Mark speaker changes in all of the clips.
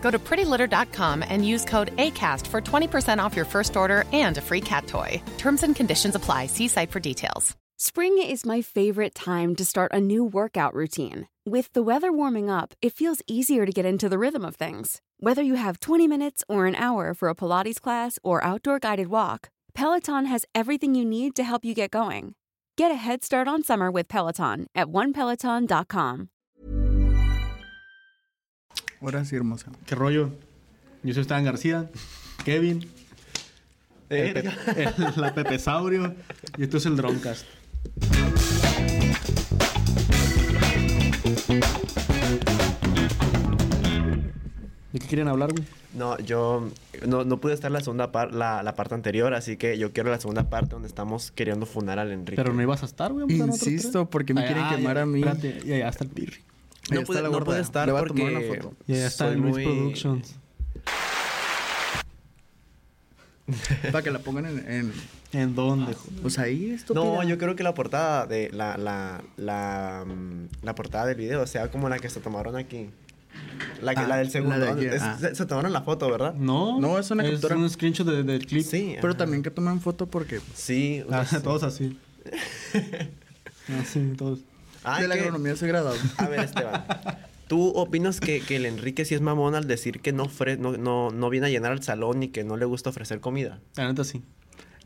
Speaker 1: Go to prettylitter.com and use code ACAST for 20% off your first order and a free cat toy. Terms and conditions apply. See site for details.
Speaker 2: Spring is my favorite time to start a new workout routine. With the weather warming up, it feels easier to get into the rhythm of things. Whether you have 20 minutes or an hour for a Pilates class or outdoor guided walk, Peloton has everything you need to help you get going. Get a head start on summer with Peloton at onepeloton.com.
Speaker 3: Ahora sí, hermosa. ¿Qué rollo? Yo soy Esteban García, Kevin, eh, el- la Pepesaurio y esto es el Droncast. ¿De qué quieren hablar, güey?
Speaker 4: No, yo no, no pude estar la segunda par, la, la parte anterior, así que yo quiero la segunda parte donde estamos queriendo funar al Enrique.
Speaker 3: Pero no ibas a estar, güey. vamos a dar otro
Speaker 5: Insisto,
Speaker 3: tres.
Speaker 5: porque me quieren
Speaker 3: ah,
Speaker 5: quemar
Speaker 3: ya,
Speaker 5: a mí.
Speaker 3: Espérate, y allá está el Pirri.
Speaker 5: Ahí
Speaker 4: No
Speaker 5: está
Speaker 4: pude,
Speaker 5: la
Speaker 4: no
Speaker 5: gorda.
Speaker 4: pude estar
Speaker 5: Le voy a
Speaker 4: porque
Speaker 5: tomar una foto.
Speaker 3: Y allá está
Speaker 4: soy
Speaker 3: el Luis
Speaker 4: muy-
Speaker 3: Productions.
Speaker 5: Para que la pongan en. en-
Speaker 3: ¿En dónde? jo-
Speaker 5: pues ahí, esto.
Speaker 4: No, yo creo que la portada de la, la, la, mm, la portada del video sea como la que se tomaron aquí. La, que,
Speaker 5: Ah,
Speaker 4: la del segundo.
Speaker 5: la de ayer,
Speaker 4: Es-
Speaker 5: ah.
Speaker 4: se, se tomaron la foto, ¿verdad?
Speaker 3: No,
Speaker 5: No, es una captura.
Speaker 3: un screenshot de- del clip.
Speaker 4: Sí.
Speaker 5: Pero
Speaker 4: ajá.
Speaker 5: también que tomen foto porque.
Speaker 4: Sí.
Speaker 3: Ah,
Speaker 4: unos-
Speaker 3: todos así. Así, todos.
Speaker 4: Ay,
Speaker 5: de la
Speaker 4: que-
Speaker 5: agronomía se gradado.
Speaker 4: A ver, Esteban. ¿Tú opinas que, que el Enrique sí es mamón al decir que no, ofre- no, no, no viene a llenar al salón y que no le gusta ofrecer comida?
Speaker 3: La neta sí.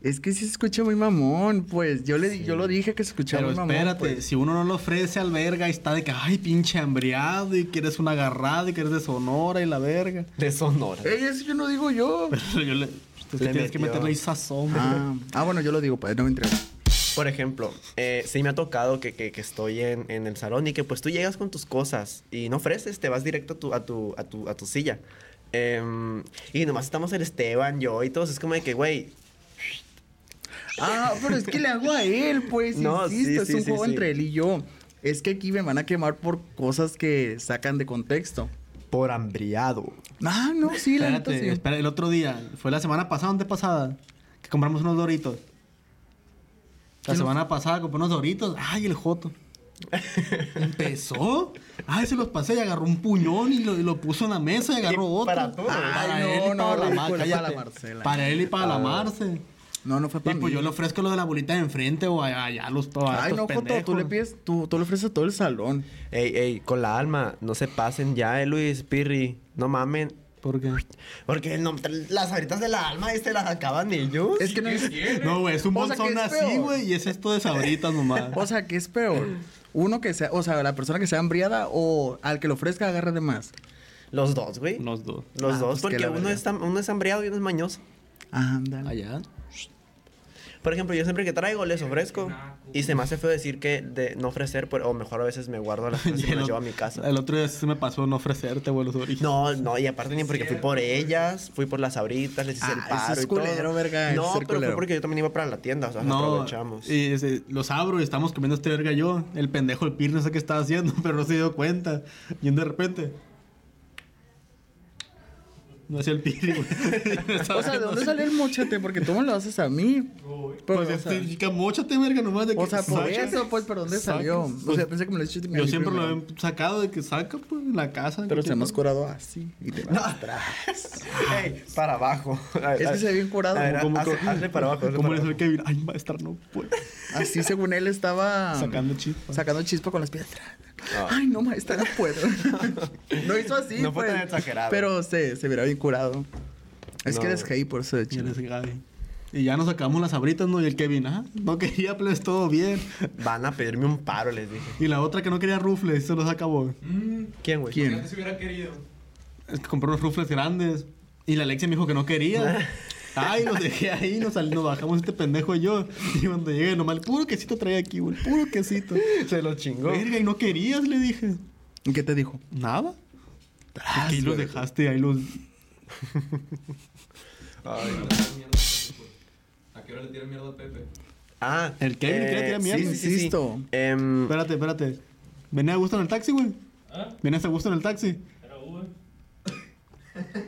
Speaker 5: Es que sí se escucha muy mamón, pues. Yo le di- yo lo dije que se escuchaba
Speaker 3: Pero
Speaker 5: muy mamón.
Speaker 3: espérate,
Speaker 5: pues.
Speaker 3: si uno no lo ofrece al verga y está de que, ay, pinche hambriado y que eres una agarrada y que eres de Sonora y la verga.
Speaker 4: De Sonora.
Speaker 5: Ey, eso yo no digo yo.
Speaker 3: Pero yo le. Es que
Speaker 4: Le
Speaker 3: tienes que
Speaker 4: metió.
Speaker 3: meterle ahí sazón, güey.
Speaker 5: ah, ah, bueno, yo lo digo, pues, no me entrego.
Speaker 4: Por ejemplo, eh, sí me ha tocado que, que- que estoy en, en el salón y que pues tú llegas con tus cosas y no ofreces, te vas directo a tu, a tu, a tu, a tu silla. Em, y nomás estamos el Esteban, yo y todos. Es como de que, güey,
Speaker 5: Ah, pero es que le hago a él, pues,
Speaker 4: No, sí,
Speaker 5: insisto,
Speaker 4: sí,
Speaker 5: es un
Speaker 4: sí,
Speaker 5: juego
Speaker 4: sí.
Speaker 5: entre él y yo. Es que aquí me van a quemar por cosas que sacan de contexto.
Speaker 4: por hambriado.
Speaker 5: Ah, no, sí, la neta
Speaker 3: espérate,
Speaker 5: sí.
Speaker 3: espera, el otro día, fue la semana pasada, antepasada, que compramos unos doritos. La semana pasada compré unos doritos. ¡Ay, el Joto! Empezó. Ay, se los pasé y agarró un puñón y lo, y lo puso en la mesa y agarró
Speaker 4: Y
Speaker 3: otro.
Speaker 4: para todos.
Speaker 3: para
Speaker 5: Ay,
Speaker 3: él y
Speaker 5: no,
Speaker 3: para
Speaker 5: no,
Speaker 3: la
Speaker 5: la
Speaker 3: Mar-
Speaker 5: escuela,
Speaker 3: cállate.
Speaker 5: para la Marcela. Ah.
Speaker 3: Para él y para la Marce.
Speaker 5: No, no fue
Speaker 3: Y
Speaker 5: para mí.
Speaker 3: pues yo le ofrezco lo de la bolita de enfrente o allá, allá los todos.
Speaker 5: Ay, no, Joto, tú le pides, tú, tú le ofreces a todo el salón.
Speaker 4: Ey, ey, con la alma, no se pasen ya, eh, Luis, Pirri, no mamen.
Speaker 3: ¿Por qué?
Speaker 4: Porque no- las ahoritas de la alma, este las acaban ellos.
Speaker 5: Es que no es...
Speaker 3: No, güey, es un
Speaker 5: O sea, que
Speaker 3: bolsón
Speaker 5: es
Speaker 3: así,
Speaker 5: peor.
Speaker 3: güey, y es esto de sabritas nomás.
Speaker 5: O sea, ¿qué es peor? Uno que sea, o sea, la persona que sea hambriada o al que le ofrezca agarre de más.
Speaker 4: Los dos, güey.
Speaker 3: Los dos.
Speaker 4: Los
Speaker 5: Ah,
Speaker 4: dos,
Speaker 5: pues, que
Speaker 4: porque
Speaker 5: la
Speaker 4: uno
Speaker 5: verga.
Speaker 4: es, tam- uno es hambriado y uno es mañoso.
Speaker 5: Ándale.
Speaker 3: Allá.
Speaker 4: Por ejemplo, yo siempre que traigo les ofrezco. Y se me hace feo decir que de no ofrecer, pero- o mejor a veces me guardo las cosas y me las llevo a mi casa.
Speaker 3: El otro día se me pasó no ofrecerte, güey, los doritos.
Speaker 4: No, no, y aparte ni porque fui por ellas, fui por las abritas, les hice
Speaker 5: Ah,
Speaker 4: el
Speaker 5: eso
Speaker 4: paro
Speaker 5: es
Speaker 4: y todo.
Speaker 5: culero, verga, eso
Speaker 4: No,
Speaker 5: es ser
Speaker 4: pero fue
Speaker 5: culero.
Speaker 4: porque yo también iba para la tienda, o sea, aprovechamos.
Speaker 3: Y ese, los abro y estamos comiendo este verga yo. El pendejo, el pir, no sé qué estaba haciendo, pero no se dio cuenta. Y de repente. No hacía el pir, güey.
Speaker 5: O sea, ¿de dónde sale el mochete? Porque tú me lo haces a mí. Pero,
Speaker 3: Pues
Speaker 5: o sea,
Speaker 3: este, chica, mochate, verga, nomás de que.
Speaker 5: O sea, por
Speaker 3: saca.
Speaker 5: eso, pues, ¿pero dónde
Speaker 3: Saca.
Speaker 5: salió? O sea,
Speaker 3: Pues,
Speaker 5: pensé que me lo he hecho a
Speaker 3: Yo
Speaker 5: mi
Speaker 3: siempre lo
Speaker 5: prima.
Speaker 3: he sacado de que saca, pues, en la casa. en
Speaker 5: Pero se
Speaker 3: cualquier
Speaker 5: me has
Speaker 3: parte.
Speaker 5: curado así y te vas atrás.
Speaker 4: Ey, para abajo. A ver,
Speaker 5: Ah. Es
Speaker 4: a-
Speaker 5: que se ve bien curado.
Speaker 4: a ver,
Speaker 5: Como-
Speaker 4: haz-
Speaker 3: como-
Speaker 4: hazle para abajo. hazle
Speaker 3: ¿Cómo le
Speaker 4: para abajo.
Speaker 3: el Kevin? Ay, maestra, no puedo.
Speaker 5: Así según él estaba
Speaker 3: Sacando chispa.
Speaker 5: Pues, sacando chispa con las piedras. Ay, no, maestra, no puedo. no hizo así.
Speaker 4: Ah. No fue
Speaker 5: pues,
Speaker 4: tan exagerado.
Speaker 5: Pero se, se verá bien curado. Es que
Speaker 4: No.
Speaker 5: eres gay por eso de
Speaker 3: Y él
Speaker 5: chile.
Speaker 3: es Gaby. Y ya nos sacamos las abritas, ¿no? Y el Kevin, ah, no quería, pues todo bien.
Speaker 4: Van a pedirme un paro, les dije.
Speaker 3: Y la otra que no quería rufles, se los acabó.
Speaker 4: ¿Quién, güey?
Speaker 3: ¿Quién?
Speaker 6: Antes hubiera querido.
Speaker 3: Es que compró unos rufles grandes. Y la Alexia me dijo que no quería. Ay, los dejé ahí, nos, sal- nos bajamos este pendejo y yo. Y cuando llegué, nomás el puro quesito traía aquí, güey. el Puro quesito.
Speaker 4: Se lo chingó.
Speaker 3: Verga, y no querías, le dije.
Speaker 5: ¿Y qué te dijo?
Speaker 3: Nada. Aquí los dejaste, ahí los.
Speaker 6: ¿A qué hora le tiran mierda al Pepe?
Speaker 4: Ah. eh,
Speaker 3: El Kevin quería tirar mierda.
Speaker 4: Sí, sí, sí,
Speaker 5: Insisto.
Speaker 4: sí. Em,
Speaker 3: Espérate, espérate. ¿Venía a gusto en el taxi, güey? ¿Venías a gusto en el taxi?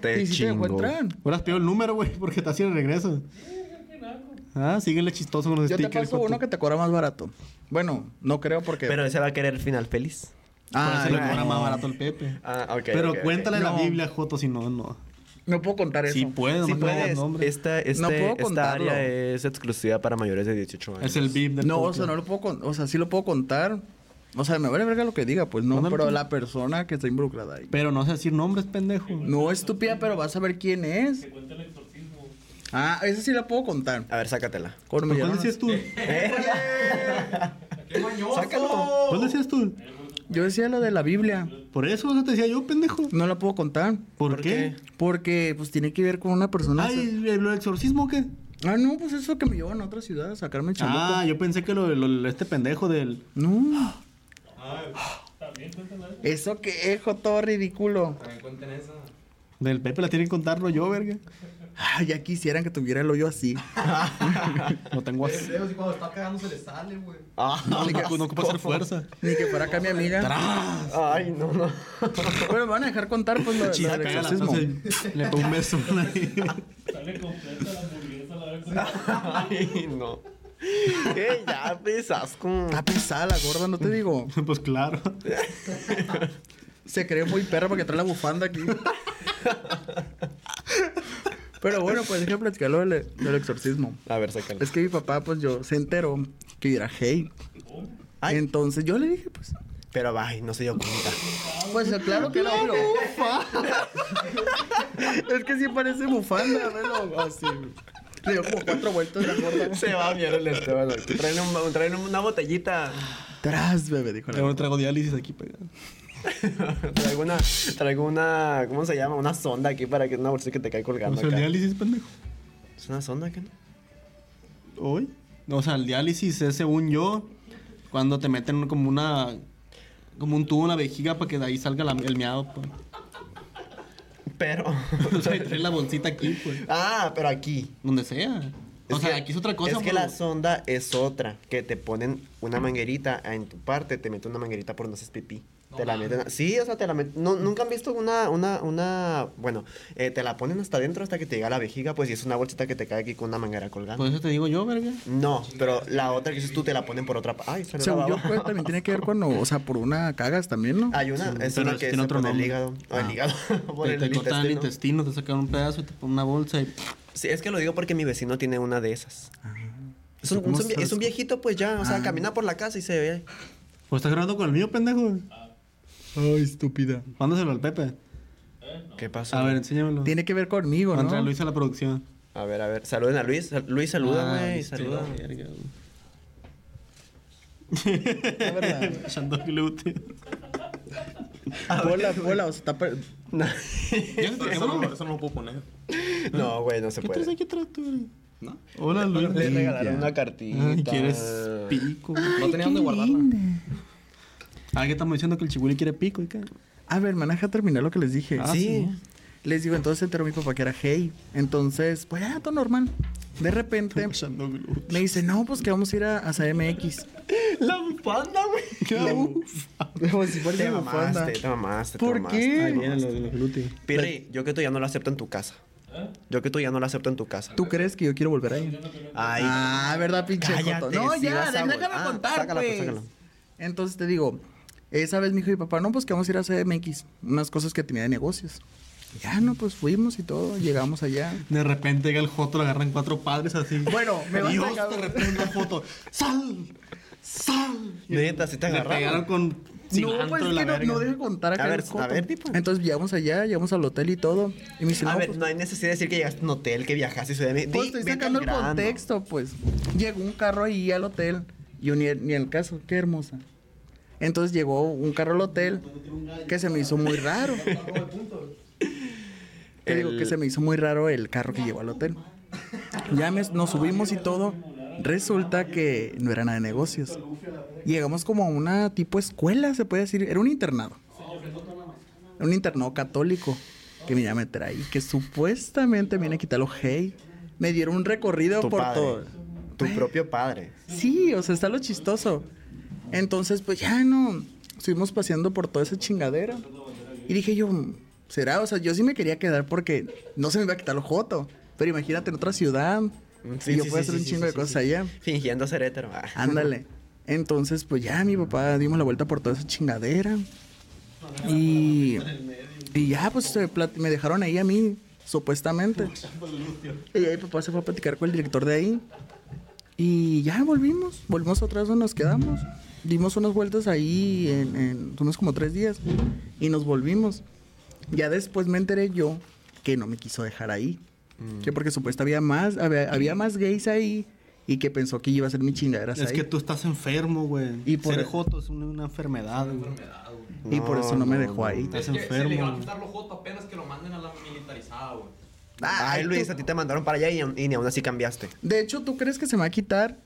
Speaker 4: te
Speaker 5: ¿Y si te
Speaker 4: chingó.
Speaker 5: encuentran?
Speaker 3: Hubieras pedido el número, güey, porque te hacía el regreso. Ah, síguele chistoso con los
Speaker 5: Yo te
Speaker 3: stickers.
Speaker 5: paso
Speaker 3: con
Speaker 5: uno
Speaker 3: tu-
Speaker 5: que te cobra más barato. Bueno, no creo porque...
Speaker 4: Pero ese va a querer final feliz.
Speaker 3: Por
Speaker 5: ah,
Speaker 3: eso le cobra
Speaker 5: no,
Speaker 3: más barato al Pepe.
Speaker 4: Ah, ok.
Speaker 3: Pero
Speaker 4: ok, ok.
Speaker 3: cuéntale la
Speaker 5: No.
Speaker 3: Biblia, Joto, si no, no.
Speaker 5: no puedo contar eso.
Speaker 3: Sí puedo,
Speaker 4: Si
Speaker 3: nomás no digas
Speaker 4: puedes,
Speaker 3: nombre.
Speaker 4: esta, este-
Speaker 5: No puedo
Speaker 4: esta
Speaker 5: contarlo.
Speaker 4: área es exclusiva para mayores de 18 años.
Speaker 3: Es el VIP del
Speaker 5: No, o
Speaker 3: podcast.
Speaker 5: sea, no lo puedo con- O sea, sí lo puedo contar. O sea, me vale verga lo que diga, pues no,
Speaker 3: Mándame
Speaker 5: pero
Speaker 3: tú.
Speaker 5: la persona que está involucrada ahí.
Speaker 3: Pero no sé decir nombres, pendejo.
Speaker 5: No, estúpida, pero vas a ver quién es. Ah, esa sí la puedo contar.
Speaker 4: A ver, sácatela.
Speaker 5: Cuando me
Speaker 3: ¿Cuál
Speaker 5: llegaron
Speaker 3: decías tú?
Speaker 6: ¡Qué mañoso!
Speaker 4: ¡Sácalo!
Speaker 3: ¿Cuál decías tú?
Speaker 5: las- Pues, Yo decía la de la Biblia.
Speaker 3: Por eso, eso te decía yo, pendejo.
Speaker 5: No la puedo contar.
Speaker 3: ¿Por,
Speaker 4: ¿Por
Speaker 3: qué?
Speaker 5: Porque, pues, tiene que ver con una persona.
Speaker 3: Ay, ¿lo del exorcismo o qué?
Speaker 5: Ah, no, pues eso que me llevan a otra ciudad a sacarme el chamuco.
Speaker 3: Ah, yo pensé que lo, lo- este pendejo del...
Speaker 5: No. Eso que es, todo ridículo.
Speaker 6: También cuenten esa.
Speaker 3: Del Pepe la tienen que contarlo yo, verga.
Speaker 5: Ay, ya quisieran que tuviera el hoyo así.
Speaker 3: Lo tengo así.
Speaker 6: Leo, si cuando está cagando se le sale, güey.
Speaker 4: Ah,
Speaker 3: No, no, no ocupa hacer fuerza.
Speaker 5: Ni que fuera acá mi amiga.
Speaker 4: Ay, no, no.
Speaker 5: Bueno, me van a dejar contar, pues, lo, de- lo
Speaker 3: Chisa,
Speaker 5: del
Speaker 3: Ah, cágala,
Speaker 5: exorcismo.
Speaker 3: entonces, le pongo un beso.
Speaker 4: Ay, no. Eh, ya, pues, asco.
Speaker 5: Está pesada la gorda, no te digo.
Speaker 3: pues claro.
Speaker 5: Se cree muy perra porque trae la bufanda aquí. Pero bueno, pues déjame platicar lo del, del exorcismo.
Speaker 4: A ver, sácala.
Speaker 5: Es que mi papá, pues yo se enteró que yo era gay.
Speaker 4: Ay.
Speaker 5: Entonces yo le dije, pues.
Speaker 4: Pero, ay, no se dio cuenta.
Speaker 5: Pues claro que no, es que sí parece bufanda, velo. Así. Le dio como cuatro vueltas la gorda.
Speaker 4: Se va a mierda el Esteban. Traen, un, traen una botellita.
Speaker 5: Tras, bebé, dijo la
Speaker 3: Tengo un trago diálisis aquí pues. pegado.
Speaker 4: Traigo una, traigo una, ¿cómo se llama? Una sonda aquí para que una bolsita que te cae
Speaker 3: ¿No
Speaker 4: colgando
Speaker 3: sé Pues el
Speaker 4: acá.
Speaker 3: diálisis, pendejo?
Speaker 4: ¿Es una sonda que no?
Speaker 3: ¿Hoy? No, o sea, el diálisis es, según yo, cuando te meten como una... Como un tubo en la vejiga para que de ahí salga la- el miado, pues.
Speaker 4: Pero.
Speaker 3: O sea, y trae la bolsita aquí, pues.
Speaker 4: ah, pero aquí.
Speaker 3: Donde sea. O
Speaker 4: Es
Speaker 3: sea,
Speaker 4: que-
Speaker 3: aquí es otra cosa.
Speaker 4: Es que
Speaker 3: pero-
Speaker 4: la sonda es otra. Que te ponen una manguerita en tu parte, te meten una manguerita por donde haces pipí. te la meten. a- Sí, o sea, te la meten. No, nunca han visto una, una, una. Bueno, eh, te la ponen hasta adentro hasta que te llega a la vejiga, pues, y es una bolsita que te cae aquí con una manguera colgando.
Speaker 3: Por eso te digo yo, verga.
Speaker 4: no, pero la otra que dices tú te la ponen por otra parte. Ay, salió la
Speaker 5: Según yo,
Speaker 4: baba.
Speaker 5: pues, también tiene que ver cuando, o sea, por una cagas también, ¿no?
Speaker 4: Hay una, es
Speaker 3: pero
Speaker 4: una que
Speaker 3: tiene
Speaker 4: es
Speaker 3: otro
Speaker 4: por el
Speaker 3: nombre. Ah,
Speaker 4: hígado. O el hígado. por
Speaker 3: Te,
Speaker 4: el
Speaker 3: te cortan el
Speaker 4: intestino.
Speaker 3: intestino, te sacan un pedazo, te ponen una bolsa y...
Speaker 4: Sí, es que lo digo porque mi vecino tiene una de esas.
Speaker 3: Ah,
Speaker 4: Es un,
Speaker 5: ¿Cómo
Speaker 4: es un vie-
Speaker 5: sabes?
Speaker 4: es un viejito, pues ya, o sea, camina por la casa y se ve.
Speaker 3: Pues estás grabando con el mío, pendejo.
Speaker 5: Ay, estúpida.
Speaker 3: Mándaselo al Pepe.
Speaker 4: ¿Qué pasa?
Speaker 3: A ver, enséñamelo.
Speaker 5: Tiene que ver conmigo, ¿no?
Speaker 3: Contra Luis a la producción.
Speaker 4: A ver, a ver. Saluden a Luis. Sal- Luis, saluda,
Speaker 5: Ah,
Speaker 3: Ah,
Speaker 4: güey. saluda.
Speaker 5: La verdad.
Speaker 3: Chandoglute.
Speaker 5: Bola, bola, o sea, está per-
Speaker 6: Eso no, eso no lo puedo poner.
Speaker 4: No, güey, no se
Speaker 3: ¿Qué traes
Speaker 4: puede.
Speaker 3: aquí atrás tú? güey? Hola, Luis.
Speaker 4: Le regalaron
Speaker 5: Ya. Ah,
Speaker 4: una cartita.
Speaker 3: Ay, ¿Quieres pico?
Speaker 6: eh, No tenía dónde guardarla.
Speaker 3: Ah, que estamos diciendo que el chibuli quiere pico, ¿y qué?
Speaker 5: A ver, me deja terminar lo que les dije.
Speaker 3: Ah,
Speaker 5: sí.
Speaker 3: sí.
Speaker 5: Les digo, entonces se enteró mi papá que era gay. Entonces, pues ya, todo normal. De repente
Speaker 3: Chandoglute.
Speaker 5: me dice, no, pues que vamos a ir a, a CMX.
Speaker 4: La bufanda, güey.
Speaker 5: Como si fuera
Speaker 4: Te
Speaker 5: una bufanda.
Speaker 4: mamaste, te mamaste. te
Speaker 5: ¿Por
Speaker 4: mamaste,
Speaker 5: qué?
Speaker 4: te
Speaker 5: Ay,
Speaker 3: Mira,
Speaker 4: mamaste.
Speaker 3: lo de los glúteos.
Speaker 4: Pirri, yo que tú ya no lo acepto en tu casa.
Speaker 3: ¿Eh?
Speaker 4: Yo que tú ya no lo acepto en tu casa.
Speaker 5: ¿Tú crees que yo quiero volver ahí?
Speaker 4: Ay,
Speaker 5: Ah, ¿verdad, pinche
Speaker 4: Cállate,
Speaker 5: joto? No,
Speaker 4: sí
Speaker 5: ya,
Speaker 4: vas a
Speaker 5: déjame
Speaker 4: vol- Ah,
Speaker 5: contar,
Speaker 4: sácala, pues,
Speaker 5: pues.
Speaker 4: sácala.
Speaker 5: Entonces te digo, esa vez me dijo mi papá, no, pues que vamos a ir a CMX. Unas cosas que tenía de negocios. Ya, no, pues fuimos y todo. Llegamos allá.
Speaker 3: De repente llega el Joto, lo agarran cuatro padres así.
Speaker 5: Bueno, me vas a
Speaker 3: Dios,
Speaker 5: dejar-
Speaker 3: de repente el Joto. ¡Sal! ¡Sal!
Speaker 4: Neta, si te
Speaker 3: Le
Speaker 4: agarraron.
Speaker 3: pegaron con
Speaker 5: no, pues es que no, no deja contar acá.
Speaker 4: A
Speaker 5: el
Speaker 4: ver, a
Speaker 5: coto.
Speaker 4: ver, tipo.
Speaker 5: Entonces llegamos allá, llegamos al hotel y todo. Y me dice,
Speaker 4: A
Speaker 5: no,
Speaker 4: ver,
Speaker 5: pues,
Speaker 4: no hay necesidad de decir que llegaste a un hotel, que viajaste y se de
Speaker 5: pues, estoy sacando el contexto, pues. Llegó un carro ahí al hotel. Yo ni, ni el caso, qué hermosa. Entonces llegó un carro al hotel que se me hizo muy raro. Te digo que
Speaker 4: El-
Speaker 5: se me hizo muy raro el carro que llegó al hotel. Ya me- nos subimos y todo. Resulta que no era nada de negocios. Llegamos como a una tipo escuela, se puede decir. Era un internado. Era Un internado católico que me iba a meter ahí. Que supuestamente me iban a quitar los hey. Me dieron un recorrido
Speaker 4: Tu
Speaker 5: por
Speaker 4: padre.
Speaker 5: todo.
Speaker 4: Tu propio padre.
Speaker 5: Sí, o sea, está lo chistoso. Entonces, pues ya no. Estuvimos paseando por toda esa chingadera. Y dije yo, "Mm, será, o sea, yo sí me quería quedar porque no se me iba a quitar lo joto. Pero imagínate en otra ciudad.
Speaker 4: Mm, Sí,
Speaker 5: y yo
Speaker 4: sí,
Speaker 5: puedo
Speaker 4: sí,
Speaker 5: hacer
Speaker 4: sí,
Speaker 5: un
Speaker 4: sí,
Speaker 5: chingo
Speaker 4: sí,
Speaker 5: de
Speaker 4: sí,
Speaker 5: cosas
Speaker 4: sí.
Speaker 5: allá.
Speaker 4: Fingiendo ser hétero. ah.
Speaker 5: Ándale. Entonces, pues ya mi papá dimos la vuelta por toda esa chingadera. Y, y ya, pues se plat- me dejaron ahí a mí, supuestamente. Y ahí mi papá se fue a platicar con el director de ahí. Y ya volvimos, volvimos otra vez donde nos quedamos. Dimos unas vueltas ahí en, en unos como tres días y nos volvimos. Ya después me enteré yo que no me quiso dejar ahí.
Speaker 3: Mm.
Speaker 5: Que porque supuestamente había más, había, había más gays ahí y que pensó que iba a ser mi chingadera
Speaker 3: Es que tú estás enfermo, güey.
Speaker 5: Y por-
Speaker 3: Ser joto es una, una enfermedad, güey.
Speaker 5: Y por eso no, me dejó ahí.
Speaker 3: Estás
Speaker 6: que se le va a
Speaker 3: enfermo.
Speaker 6: quitar los jotos apenas que lo manden a la militarizada, güey.
Speaker 5: Ah,
Speaker 4: Ay, Ah, Luis, a ti te mandaron para allá y, aún- y ni aún así cambiaste.
Speaker 5: De hecho, ¿tú crees que se me va a quitar?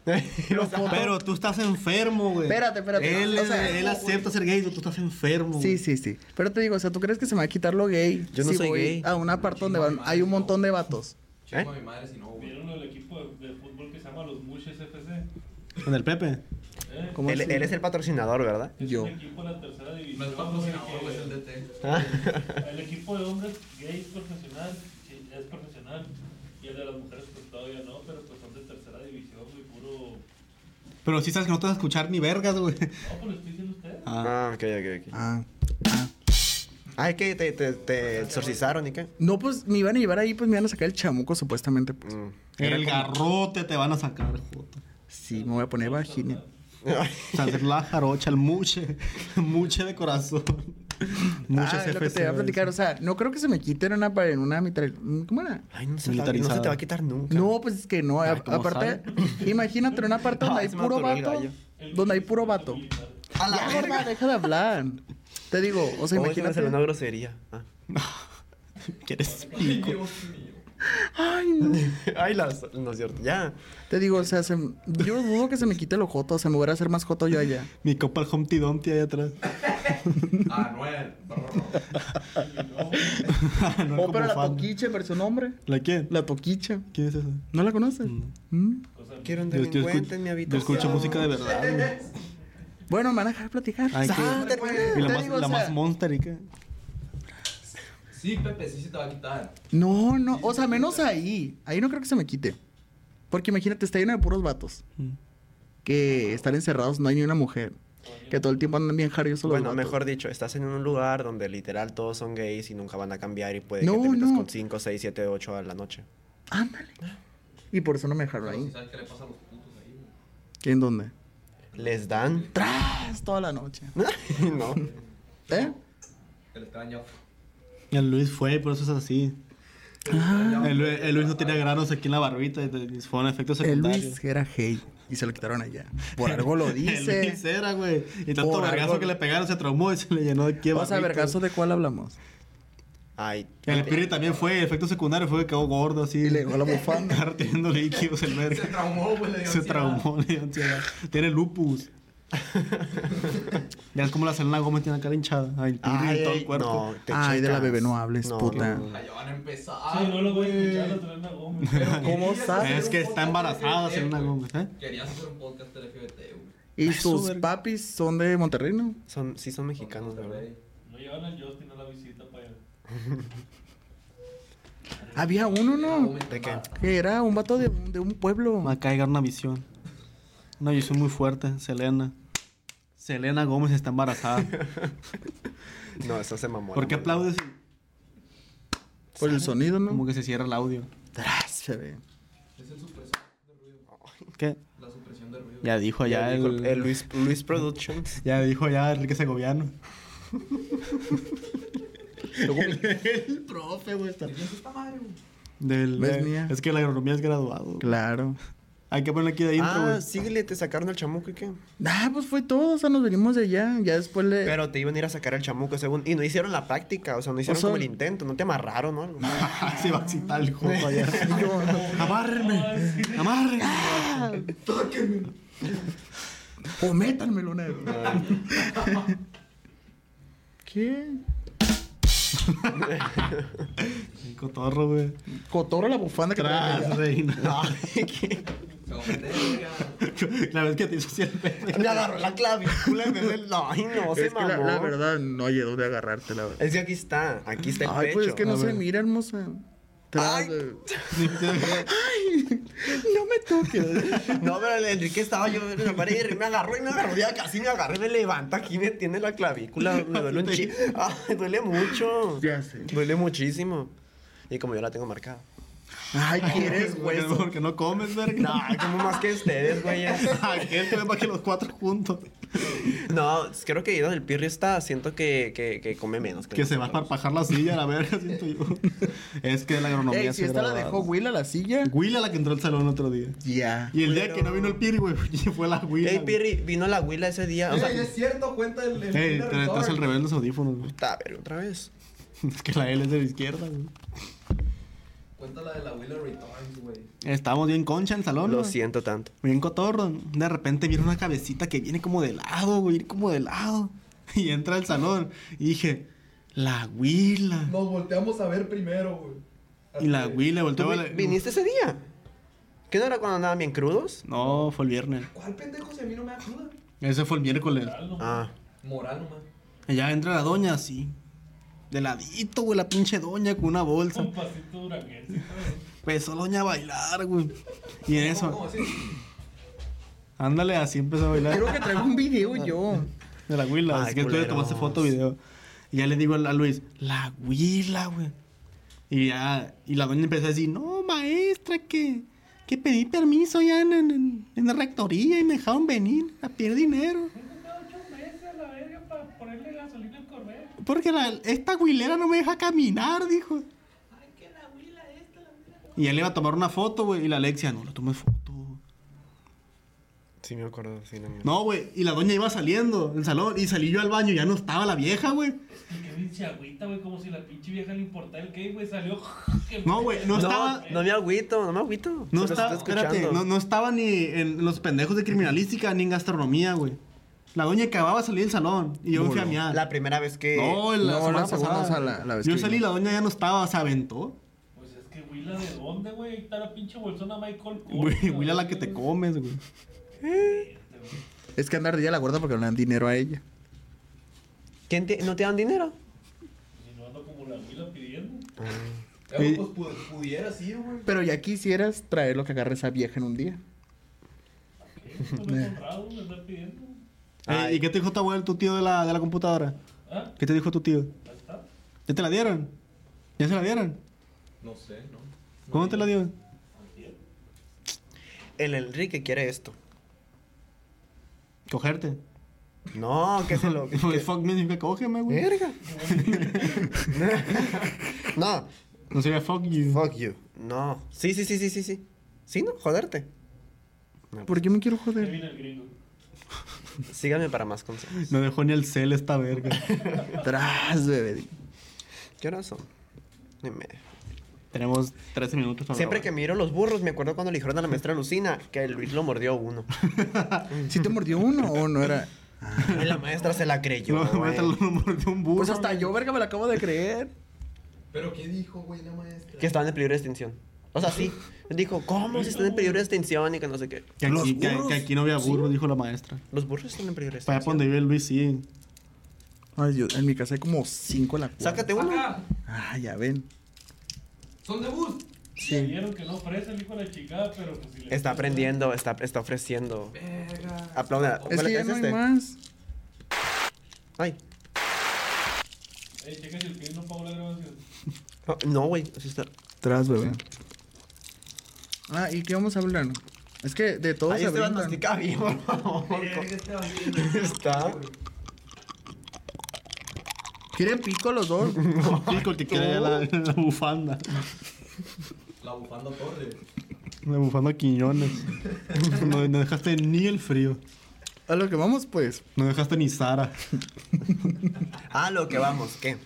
Speaker 5: Lo foto-
Speaker 3: Pero tú estás enfermo, güey.
Speaker 5: Espérate, espérate,
Speaker 3: Él,
Speaker 5: o sea,
Speaker 3: él acepta ser gay, tú estás enfermo.
Speaker 5: Sí,
Speaker 3: güey.
Speaker 5: sí, sí. Pero te digo, o sea, ¿tú crees que se me va a quitar lo gay?
Speaker 4: Yo no
Speaker 5: si
Speaker 4: soy
Speaker 5: voy
Speaker 4: gay.
Speaker 5: A una parte donde van- hay un montón de vatos.
Speaker 4: ¿Eh?
Speaker 6: Chingo a mi madre si no, güey.
Speaker 7: ¿Vieron el equipo de, de fútbol que se llama los Mushes FC?
Speaker 3: Con el Pepe.
Speaker 5: ¿Cómo
Speaker 4: Él,
Speaker 5: así?
Speaker 4: él es el patrocinador, ¿verdad?
Speaker 7: Es
Speaker 5: Yo.
Speaker 7: un equipo de la tercera
Speaker 6: No es
Speaker 7: división.
Speaker 6: patrocinador,
Speaker 7: güey,
Speaker 6: güey, es
Speaker 7: que-
Speaker 6: el DT.
Speaker 7: el equipo de hombres gays profesional sí, es profesional. Y el de las mujeres pues todavía no, pero pues son de tercera división, güey, puro...
Speaker 3: Pero sí sabes que no te vas a escuchar ni vergas, güey.
Speaker 7: No, pues lo estoy diciendo usted.
Speaker 3: Ah.
Speaker 4: Ah, ok, ok, ok.
Speaker 5: Ah, ah.
Speaker 4: Ay, que te, te, te exorcizaron y qué.
Speaker 5: No, pues me iban a llevar ahí, pues me iban a sacar el chamuco, supuestamente. pues.
Speaker 4: Mm.
Speaker 3: El garrote te van a sacar, joto.
Speaker 5: Sí, me voy a poner vagina.
Speaker 3: O sea, hacer la jarocha, el muche. Muche de corazón. Muche
Speaker 5: Ah, es lo que te voy a platicar, o sea, no creo que se me quite en una, pa- en una mitad. mm, ¿Cómo era?
Speaker 4: Ay, no se, te va, no
Speaker 3: Militarizada.
Speaker 4: se te va a quitar nunca.
Speaker 5: No, pues es que no. a-
Speaker 3: Ay, ¿cómo
Speaker 5: aparte, imagínate en una parte donde
Speaker 4: Ay,
Speaker 5: hay
Speaker 4: se me
Speaker 5: puro
Speaker 4: atoró el
Speaker 5: vato.
Speaker 4: gallo.
Speaker 5: Donde hay puro vato. A la verga, deja de hablar. Te digo, o sea,
Speaker 4: Oh, se me salió una
Speaker 5: pues, imagínate.
Speaker 4: grosería. Ah.
Speaker 3: ¿Quieres pico?
Speaker 5: Ay, no.
Speaker 4: Ay, las, no es cierto. Ya.
Speaker 5: Te digo, o sea, se- yo dudo que se me quite el ojoto, se me voy a hacer más joto yo allá.
Speaker 3: Mi copa el Humpty Dumpty ahí atrás.
Speaker 6: Ah, Noel.
Speaker 3: no,
Speaker 5: Oh,
Speaker 3: como
Speaker 5: pero la
Speaker 3: fan.
Speaker 5: toquiche, pero su nombre.
Speaker 3: ¿La quién?
Speaker 5: La toquiche.
Speaker 3: ¿Quién es esa?
Speaker 5: ¿No la conoces? ¿Mm?
Speaker 4: Quiero un
Speaker 3: Yo- yo escu-
Speaker 4: delincuente en mi
Speaker 3: Yo
Speaker 4: habitación.
Speaker 3: escucho música de verdad, güey.
Speaker 5: Bueno, me van a dejar platicar.
Speaker 3: Ay,
Speaker 5: Sa-
Speaker 3: qué-
Speaker 5: termina.
Speaker 3: Y la
Speaker 5: Te
Speaker 3: más,
Speaker 5: digo, o
Speaker 3: la
Speaker 5: sea,
Speaker 3: más monster y qué.
Speaker 6: Sí, Pepe, sí se te va a quitar.
Speaker 5: No, no, o sea, menos ahí. Ahí no creo que se me quite. Porque imagínate, está lleno de puros vatos.
Speaker 3: Mm.
Speaker 5: Que están encerrados, no hay ni una mujer. Que todo el tiempo andan bien jariosos los
Speaker 4: Bueno,
Speaker 5: vatos.
Speaker 4: mejor dicho, estás en un lugar donde literal todos son gays y nunca van a cambiar y puede
Speaker 5: No,
Speaker 4: que te metas
Speaker 5: no.
Speaker 4: con 5, 6, 7, 8 a la noche.
Speaker 5: Ándale. Y por eso no me dejaron
Speaker 6: Pero si
Speaker 5: ahí.
Speaker 6: sabes qué le pasa a los putos ahí, güey.
Speaker 5: ¿En dónde?
Speaker 4: ¿Les dan?
Speaker 5: Tras toda la noche.
Speaker 4: no.
Speaker 5: ¿Eh?
Speaker 6: Que les traen ya.
Speaker 3: El Luis fue, por eso es así. El, Lu- el Luis no tenía granos aquí en la barbita y te- fue un efecto
Speaker 5: El
Speaker 3: secundario.
Speaker 5: Luis era gay y se lo quitaron allá. Por algo lo
Speaker 3: El Luis
Speaker 5: dice.
Speaker 3: era, güey. Y tanto
Speaker 5: Por
Speaker 3: vergazo
Speaker 5: algo-
Speaker 3: que le pegaron se traumó y se le llenó de aquí. de
Speaker 5: O sea,
Speaker 3: barrito.
Speaker 5: vergazo de cuál hablamos.
Speaker 4: Ay,
Speaker 3: El Spirit también fue, el efecto secundario fue que quedó gordo así.
Speaker 5: Y le dejó la bufanda.
Speaker 3: reteniendo líquidos el verga.
Speaker 6: Se traumó, güey. le dio
Speaker 3: Se
Speaker 6: ansiedad.
Speaker 3: traumó, le dio ansiedad. Tiene lupus. ya es como la Selena Gómez tiene la cara hinchada. Ay,
Speaker 4: ay,
Speaker 3: en todo el
Speaker 4: ay,
Speaker 3: cuerpo.
Speaker 4: no, te
Speaker 5: Ay, de la
Speaker 4: checas.
Speaker 5: bebé no hables, puta.
Speaker 6: Ay, ya van a empezar.
Speaker 7: Sí, no lo voy a escuchar, lo traen a Gómez.
Speaker 5: ¿Cómo sabes?
Speaker 3: Es que está embarazada Selena Gómez, ¿eh?
Speaker 6: Querías hacer un podcast LGBT, güey.
Speaker 5: ¿Y
Speaker 3: Eso,
Speaker 5: sus
Speaker 3: verga.
Speaker 5: papis son de Monterrey, no?
Speaker 4: Son, sí, son mexicanos, de verdad.
Speaker 7: Lo llevan al Justin a la visita para allá.
Speaker 5: Había uno,
Speaker 3: Ah,
Speaker 5: ¿no?
Speaker 4: ¿De qué?
Speaker 5: Que era un vato de, de un pueblo.
Speaker 3: Va a caiga una visión. Una visión muy fuerte, Selena. Selena Gómez está embarazada.
Speaker 4: No, eso se mamó.
Speaker 3: ¿Por qué
Speaker 4: mamó.
Speaker 3: aplaudes?
Speaker 5: Por el sonido,
Speaker 3: Como
Speaker 5: ¿no?
Speaker 3: que se cierra el audio.
Speaker 5: Tras, se ve.
Speaker 6: Es el supresor de ruido.
Speaker 3: ¿Qué?
Speaker 6: La supresión de ruido.
Speaker 3: Ya dijo allá
Speaker 4: Ya dijo el,
Speaker 3: el,
Speaker 4: Luis, Luis Productions.
Speaker 3: Ya dijo allá Enrique Segoviano. el, profe, güey. está- Del,
Speaker 5: No es
Speaker 3: eh,
Speaker 5: mía.
Speaker 3: es que la agronomía es graduado.
Speaker 5: Claro.
Speaker 3: Hay que poner aquí de intro,
Speaker 4: Ah,
Speaker 3: güey.
Speaker 4: síguele, te sacaron el chamuco y qué.
Speaker 5: Ah, pues fue todo, o sea, nos venimos de allá. Ya después le.
Speaker 4: Pero te iban a ir a sacar el chamuco según. Y no hicieron la práctica, o sea, no hicieron
Speaker 5: sea-
Speaker 4: como el intento, no te amarraron, ¿no?
Speaker 3: Se va a citar el juego allá. Ah, Amárrenme. Ah. Amárrenme.
Speaker 5: O métanmelo una vez. ¿Qué?
Speaker 3: El cotorro, güey.
Speaker 5: Cotorro la bufanda que trae.
Speaker 3: Tras, reina. La vez que te hizo así el pene.
Speaker 4: Le agarró la clavícula en vez del. No, ay, no, se
Speaker 5: Es que la,
Speaker 4: mamó.
Speaker 5: la verdad, no oye dónde agarrarte, la verdad.
Speaker 4: Es que aquí está, aquí está el
Speaker 5: Ay,
Speaker 4: pecho.
Speaker 5: pues es que no
Speaker 3: A
Speaker 5: se
Speaker 3: ver.
Speaker 5: mira, hermosa. Tras
Speaker 4: Ay.
Speaker 5: de- Ay, no me toques.
Speaker 4: No, pero el Enrique estaba yo en la pared y me agarró y me agarró. Ya casi me agarré, me levanta aquí, me tiene la clavícula. Me duele un chi. Ay, duele mucho.
Speaker 5: Ya sé.
Speaker 4: Duele muchísimo. Y como yo la tengo marcada.
Speaker 5: Ay, quieres,
Speaker 3: Porque-
Speaker 5: hueso.
Speaker 3: Porque no comes, verga.
Speaker 4: No, como más que ustedes, güeyes.
Speaker 3: Aquel te ve más que los cuatro juntos.
Speaker 4: No, creo que Don el Pirri está, siento que, que, que come menos.
Speaker 3: Que se va a parpajar la silla, la verga, siento yo. Es que la agronomía
Speaker 5: Ey,
Speaker 3: es
Speaker 5: si esta la
Speaker 3: grabada.
Speaker 5: dejó Will a la silla.
Speaker 3: Will a la que entró al salón otro día.
Speaker 5: Ya.
Speaker 3: Y el día
Speaker 4: Pero-
Speaker 3: que no vino el Pirri, güey, fue la Will.
Speaker 4: Ey, Pirri, vino la huila ese día. O sea,
Speaker 6: es cierto, cuenta el. el
Speaker 3: Ey,
Speaker 6: Kinder
Speaker 3: te traes el
Speaker 6: Return.
Speaker 3: rebelde los audífonos, güey.
Speaker 4: está, pero otra vez.
Speaker 3: Es que la L es de la izquierda, güey.
Speaker 6: Cuenta la de la Wheeler Returns, güey.
Speaker 3: Estamos bien concha en el salón,
Speaker 4: Lo
Speaker 3: güey.
Speaker 4: siento tanto.
Speaker 3: Bien cotorro. De repente viene una cabecita que viene como de lado, güey, como de lado. Y entra al salón. Y dije, la huila.
Speaker 6: Nos volteamos a ver primero, güey.
Speaker 3: y la
Speaker 6: Así.
Speaker 3: huila
Speaker 4: ¿Tú
Speaker 3: volteó a
Speaker 4: vi-
Speaker 3: la...
Speaker 4: viniste ese día? ¿Qué no era cuando andaban bien crudos?
Speaker 3: No, fue el viernes.
Speaker 6: ¿Cuál pendejo si a mí no me ayuda?
Speaker 3: Ese fue el miércoles.
Speaker 4: Ah.
Speaker 6: Moral nomás.
Speaker 3: Allá entra la doña así. De ladito, güey, la pinche doña con una bolsa.
Speaker 7: Un pasito duranguense. ¿no?
Speaker 3: Empezó la doña a bailar, güey. Y en eso,
Speaker 6: ¿Cómo así?
Speaker 3: ándale, así empezó a bailar.
Speaker 5: Creo que traigo un video yo.
Speaker 3: De la huila.
Speaker 4: Ay,
Speaker 3: Así que tú le tomaste
Speaker 4: culeros.
Speaker 3: foto, video. Y ya le digo a Luis, la huila, güey. Y ya, y la doña empezó a decir, no, maestra, que, que pedí permiso ya en, en- en- en la rectoría y me dejaron venir a pedir dinero. Porque la- esta huilera no me deja caminar, dijo. Y ya le iba a tomar una foto, güey. Y la Alexia, no, le tomes foto.
Speaker 4: Sí, me acuerdo, sí, no me
Speaker 3: No, güey. Y la doña iba saliendo del salón. Y salí yo al baño. y Ya no estaba la vieja, güey.
Speaker 7: Y qué pinche agüita, güey, como si la pinche vieja le importara el gay, güey, salió. que-
Speaker 3: No, güey. No
Speaker 4: No,
Speaker 3: estaba.
Speaker 4: no me agüito, no me agüito.
Speaker 3: No,
Speaker 4: Se los
Speaker 3: estaba.
Speaker 4: estoy escuchando.
Speaker 3: Espérate. No, no estaba ni en los pendejos de criminalística ni en gastronomía, güey. La doña acababa de salir del salón. Y yo me fui a miar.
Speaker 4: La primera vez que.
Speaker 3: No,
Speaker 5: Eh, No,
Speaker 3: la
Speaker 5: la
Speaker 3: semana
Speaker 5: pasada,
Speaker 3: pasada.
Speaker 5: o sea, la- la vez
Speaker 3: yo
Speaker 5: que
Speaker 3: salí y
Speaker 5: vino.
Speaker 3: la doña ya no estaba. Se aventó.
Speaker 7: Pues es que Willa, ¿de dónde, güey? Ahí Está la pinche bolsona Michael Kors,
Speaker 3: Güey,
Speaker 7: cabrón.
Speaker 3: güey, la que te comes, güey.
Speaker 5: Es que andar de ella la guarda porque no le dan dinero a ella.
Speaker 4: ¿Quién te- ¿No te dan dinero?
Speaker 7: Si no ando como la Willa pidiendo.
Speaker 6: Ya, güey, pues pu- pudiera sí, güey.
Speaker 5: Pero ya quisieras traer lo que agarre esa vieja en un día.
Speaker 7: Esto no es honrado, me está pidiendo.
Speaker 3: Eh, ¿Y qué te dijo tu abuelo, tu tío de la, de la computadora?
Speaker 7: ¿Ah?
Speaker 3: ¿Qué te dijo tu tío?
Speaker 7: Ahí está.
Speaker 3: ¿Ya te la dieron? ¿Ya se la dieron?
Speaker 6: No sé, ¿no?
Speaker 3: ¿Cómo te la dieron?
Speaker 4: El Enrique quiere esto.
Speaker 3: Cogerte.
Speaker 4: No, que se lo. que-
Speaker 3: Pues, fuck me significa cógeme, güey.
Speaker 4: Verga. no,
Speaker 3: No sería fuck you.
Speaker 4: fuck you. No. Sí, sí, sí, sí, sí, sí. Sí, no, joderte.
Speaker 3: pues
Speaker 5: ¿Por qué me quiero
Speaker 7: Ahí
Speaker 5: joder?
Speaker 7: viene el gringo.
Speaker 4: Síganme para más consejos.
Speaker 3: No dejó ni el cel esta verga.
Speaker 5: Tras, bebé.
Speaker 4: ¿Qué horas son? Ni media.
Speaker 3: Tenemos 13 minutos para
Speaker 4: Siempre que miro los burros, me acuerdo cuando le dijeron a la maestra Lucina que el Luis lo mordió uno.
Speaker 5: ¿Sí te mordió uno o no era?
Speaker 4: Y la maestra se la creyó.
Speaker 3: No,
Speaker 4: güey.
Speaker 3: maestra, lo mordió un burro.
Speaker 5: Pues hasta yo, verga, me la acabo de creer.
Speaker 6: Pero ¿qué dijo, güey, la maestra?
Speaker 4: que estaban en peligro de extinción. O sea, sí. Dijo, ¿cómo si están en peligro de extinción? Y que no sé qué.
Speaker 3: Que aquí, que- que aquí no había burro, dijo la maestra.
Speaker 4: Los burros están en peligro de
Speaker 3: Para
Speaker 4: extinción.
Speaker 3: allá por donde vive Luis, sí.
Speaker 5: Ay, Dios, en mi casa hay como cinco a la cuadra.
Speaker 4: Sácate uno.
Speaker 6: Acá,
Speaker 5: Ah, ya ven.
Speaker 6: son de bus.
Speaker 7: Le Vieron que no ofrece el hijo de la chica, pero pues si le.
Speaker 4: Está aprendiendo, está, está ofreciendo.
Speaker 6: Verga.
Speaker 4: Aplaude.
Speaker 5: Es que ya no hay más.
Speaker 4: este. Ay.
Speaker 7: Ey, checa si el pin no pagó la grabación.
Speaker 4: Oh, No, güey. así está.
Speaker 5: Tras, bebé. Ah, ¿y qué vamos a hablar? Es que de todo
Speaker 4: Ahí
Speaker 5: se
Speaker 4: este
Speaker 5: brindan.
Speaker 4: diagnostica bien, por favor. Está.
Speaker 5: ¿Quieren pico los dos?
Speaker 3: Pico, te queda ya la, la bufanda.
Speaker 6: La bufanda torre.
Speaker 3: La bufanda Quiñones. No, no dejaste ni el frío.
Speaker 5: A lo que vamos, pues.
Speaker 3: No dejaste ni Sara.
Speaker 4: Ah, lo que vamos, ¿qué?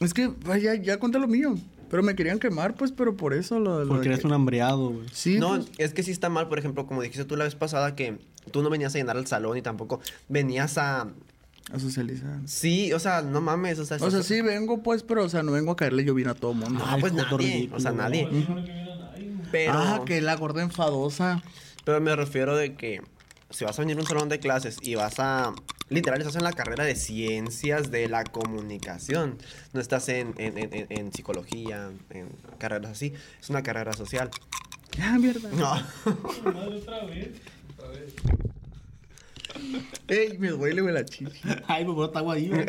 Speaker 5: Es que vaya, ya conté lo mío. Pero me querían quemar, pues, pero por eso lo, lo de
Speaker 3: Porque eres
Speaker 5: que-
Speaker 3: un hambreado, güey.
Speaker 5: Sí,
Speaker 4: No,
Speaker 5: pues,
Speaker 4: es que sí está mal, por ejemplo, como dijiste tú la vez pasada, que tú no venías a llenar el salón y tampoco venías a.
Speaker 5: a socializar.
Speaker 4: Sí, o sea, no mames, o sea.
Speaker 5: O sea, sí vengo, pues, pero, o sea, no vengo a caerle lloviendo a todo mundo.
Speaker 4: No, pues
Speaker 3: Ay, joder,
Speaker 4: nadie. O sea,
Speaker 3: ridículo.
Speaker 4: nadie. Pero,
Speaker 5: Ah, que la gorda enfadosa.
Speaker 4: pero me refiero de que si vas a venir a un salón de clases y vas a. Literal, estás en la carrera de ciencias de la comunicación. No estás en, en, en- en- en psicología, en carreras así. Es una carrera social.
Speaker 5: Ya, mierda.
Speaker 4: No.
Speaker 7: Madre, otra vez. Otra vez.
Speaker 5: Ey, me duele, güey, la chichi.
Speaker 3: Ay, me brota agua ahí, güey.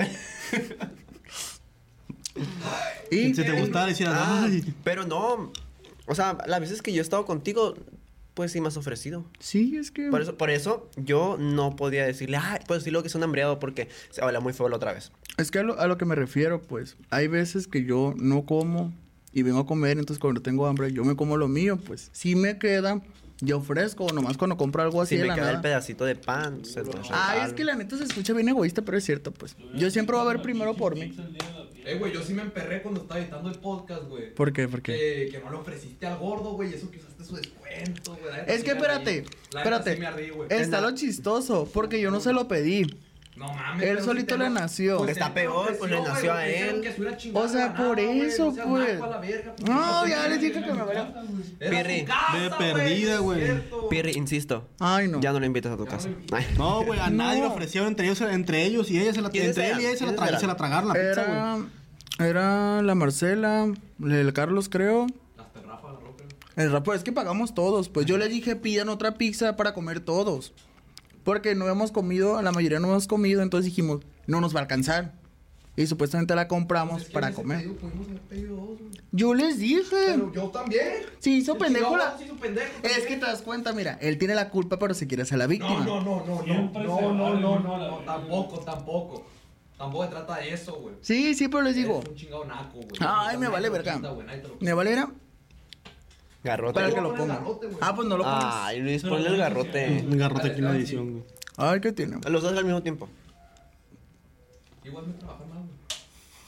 Speaker 5: Y
Speaker 3: Si te gustara, decías,
Speaker 4: Ah,
Speaker 3: ay.
Speaker 4: pero no. O sea, las veces que yo he estado contigo, pues sí me has ofrecido.
Speaker 5: Sí, es que.
Speaker 4: Por eso, por eso yo no podía decirle, ah, puedo decirle que es un hambreado porque se habla muy feo la otra vez.
Speaker 5: Es que a lo, a lo que me refiero, pues, hay veces que yo no como y vengo a comer, entonces cuando tengo hambre yo me como lo mío, pues, si me queda, yo ofrezco, nomás cuando compro algo así
Speaker 4: Si
Speaker 5: de
Speaker 4: me
Speaker 5: Oh, la
Speaker 4: queda el
Speaker 5: nada.
Speaker 4: pedacito de pan, se lo
Speaker 5: Ay, es
Speaker 4: regalo.
Speaker 5: que la neta se escucha bien egoísta, pero es cierto, pues, yo siempre voy a ver primero por mí.
Speaker 6: Eh, güey, yo sí me emperré cuando estaba editando el podcast, güey.
Speaker 5: ¿Por qué? ¿Por qué?
Speaker 6: Que, que no le ofreciste al gordo, güey, y eso que usaste su descuento, güey. La neta
Speaker 5: Es
Speaker 6: sí
Speaker 5: que
Speaker 6: me reí.
Speaker 5: espérate,
Speaker 6: La neta
Speaker 5: espérate.
Speaker 6: sí me reí, güey.
Speaker 5: Está lo chistoso, porque yo no se lo pedí.
Speaker 6: No mames.
Speaker 5: Él
Speaker 6: pero sí
Speaker 5: solito
Speaker 6: te
Speaker 5: le
Speaker 6: lo-
Speaker 5: nació.
Speaker 4: Está
Speaker 6: él te
Speaker 4: peor,
Speaker 6: ofreció,
Speaker 4: pues, le
Speaker 6: güey,
Speaker 4: nació a
Speaker 6: te dijeron
Speaker 4: él.
Speaker 6: que se hubiera chingado
Speaker 5: O sea,
Speaker 6: la nada,
Speaker 5: por
Speaker 6: güey, no
Speaker 5: eso,
Speaker 6: seas
Speaker 5: pues.
Speaker 6: naco a la verga, pues,
Speaker 5: No, ya les
Speaker 6: seas
Speaker 5: dije que
Speaker 6: naco,
Speaker 5: me
Speaker 6: güey,
Speaker 5: valió.
Speaker 6: Era su
Speaker 4: Pirri.
Speaker 6: casa,
Speaker 3: Ve
Speaker 6: güey,
Speaker 3: perdida,
Speaker 6: es
Speaker 3: güey.
Speaker 6: cierto.
Speaker 4: Pierre, insisto,
Speaker 5: Ay, no.
Speaker 4: ya no lo invitas a tu casa. Ay.
Speaker 3: No, güey, a nadie le
Speaker 5: No.
Speaker 3: ofrecieron entre ellos, entre ellos y ella se la
Speaker 4: ¿Quiénes
Speaker 3: entre él
Speaker 4: eran?
Speaker 3: y ella se la,
Speaker 4: ¿Quiénes
Speaker 3: tra-
Speaker 4: eran?
Speaker 3: se la tragaron la pizza,
Speaker 5: Era,
Speaker 3: güey.
Speaker 5: era la Marcela, el Carlos, creo.
Speaker 6: Hasta el Rafa agarró, creo.
Speaker 5: El rapo es que pagamos todos. Pues yo les dije, pidan otra pizza para comer todos. Porque no hemos comido, la mayoría no hemos comido, entonces dijimos, no nos va a alcanzar. Y supuestamente la compramos
Speaker 6: Pues Es que
Speaker 5: para
Speaker 6: hubiese
Speaker 5: comer.
Speaker 6: pedido, pudimos haber pedido dos, güey.
Speaker 5: Yo les dije.
Speaker 6: Pero yo también.
Speaker 5: Sí, hizo
Speaker 6: El
Speaker 5: pendejo la-
Speaker 6: chingado, sí hizo pendejo
Speaker 5: Es
Speaker 6: también.
Speaker 5: que te das cuenta, mira, él tiene la culpa, pero se quiere hacer la víctima.
Speaker 6: No, no, no, no, no,
Speaker 7: Siempre se
Speaker 6: no,
Speaker 7: va,
Speaker 6: no,
Speaker 7: güey,
Speaker 6: no,
Speaker 7: no,
Speaker 6: no,
Speaker 7: la
Speaker 6: no,
Speaker 7: verga.
Speaker 6: tampoco, tampoco. Tampoco se trata de eso, güey.
Speaker 5: Sí, sí, pero les digo,
Speaker 6: Eres un chingado naco, güey.
Speaker 5: ay, me
Speaker 6: Nadie
Speaker 5: vale
Speaker 6: te lo
Speaker 5: verga.
Speaker 6: quita, güey, nadie te lo quita.
Speaker 5: ¿Me vale verga?
Speaker 4: Garrote.
Speaker 5: Para que lo
Speaker 6: pones
Speaker 5: ponga.
Speaker 6: garrote, güey.
Speaker 5: Ah, pues no lo pones.
Speaker 4: Ay, Luis, ponle el garrote.
Speaker 3: Un garrote aquí en la edición, güey.
Speaker 5: Ay, ¿qué tiene?
Speaker 4: Los dos al mismo tiempo.
Speaker 6: Igual me trabaja mal, güey.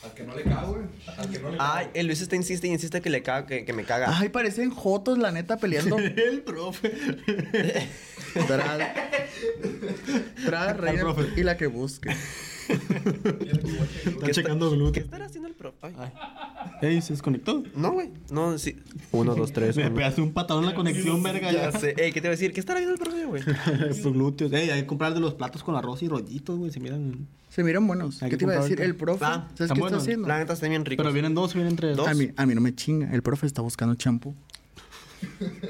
Speaker 6: Al que no le cago, güey. Al que no le cago.
Speaker 4: Ay, el Luis está insiste y insiste que le caga, que, que me caga.
Speaker 5: Ay, parecen jotos, la neta, peleando.
Speaker 3: El profe.
Speaker 5: Tras, tras, reina,
Speaker 3: profe.
Speaker 5: y la que busque.
Speaker 3: Está checando
Speaker 4: ¿Qué
Speaker 3: gluten.
Speaker 4: estará haciendo el profe? Ay.
Speaker 3: Ey, se desconectó.
Speaker 4: No, güey. No, sí. Uno, dos, tres.
Speaker 3: Me
Speaker 4: uno.
Speaker 3: pegaste un patadón en la conexión, verga.
Speaker 4: Ya
Speaker 3: Ya.
Speaker 4: sé. Ey, ¿qué te iba a decir? ¿Qué estará viendo el profe, güey?
Speaker 3: Sus glúteos. Ey, hay que comprar de los platos con arroz y rollitos, güey. Se miran.
Speaker 5: Se miran buenos.
Speaker 3: Hay
Speaker 5: ¿Qué te
Speaker 3: que
Speaker 5: iba a
Speaker 3: comprar
Speaker 5: decir?
Speaker 3: ahorita.
Speaker 5: El profe.
Speaker 4: Ah,
Speaker 5: ¿Sabes
Speaker 3: están
Speaker 5: qué está
Speaker 3: buenos.
Speaker 5: haciendo?
Speaker 4: La neta está bien rico.
Speaker 3: Pero vienen dos, vienen tres.
Speaker 4: Dos.
Speaker 5: A mí, a mí no me chinga. El profe está buscando champú.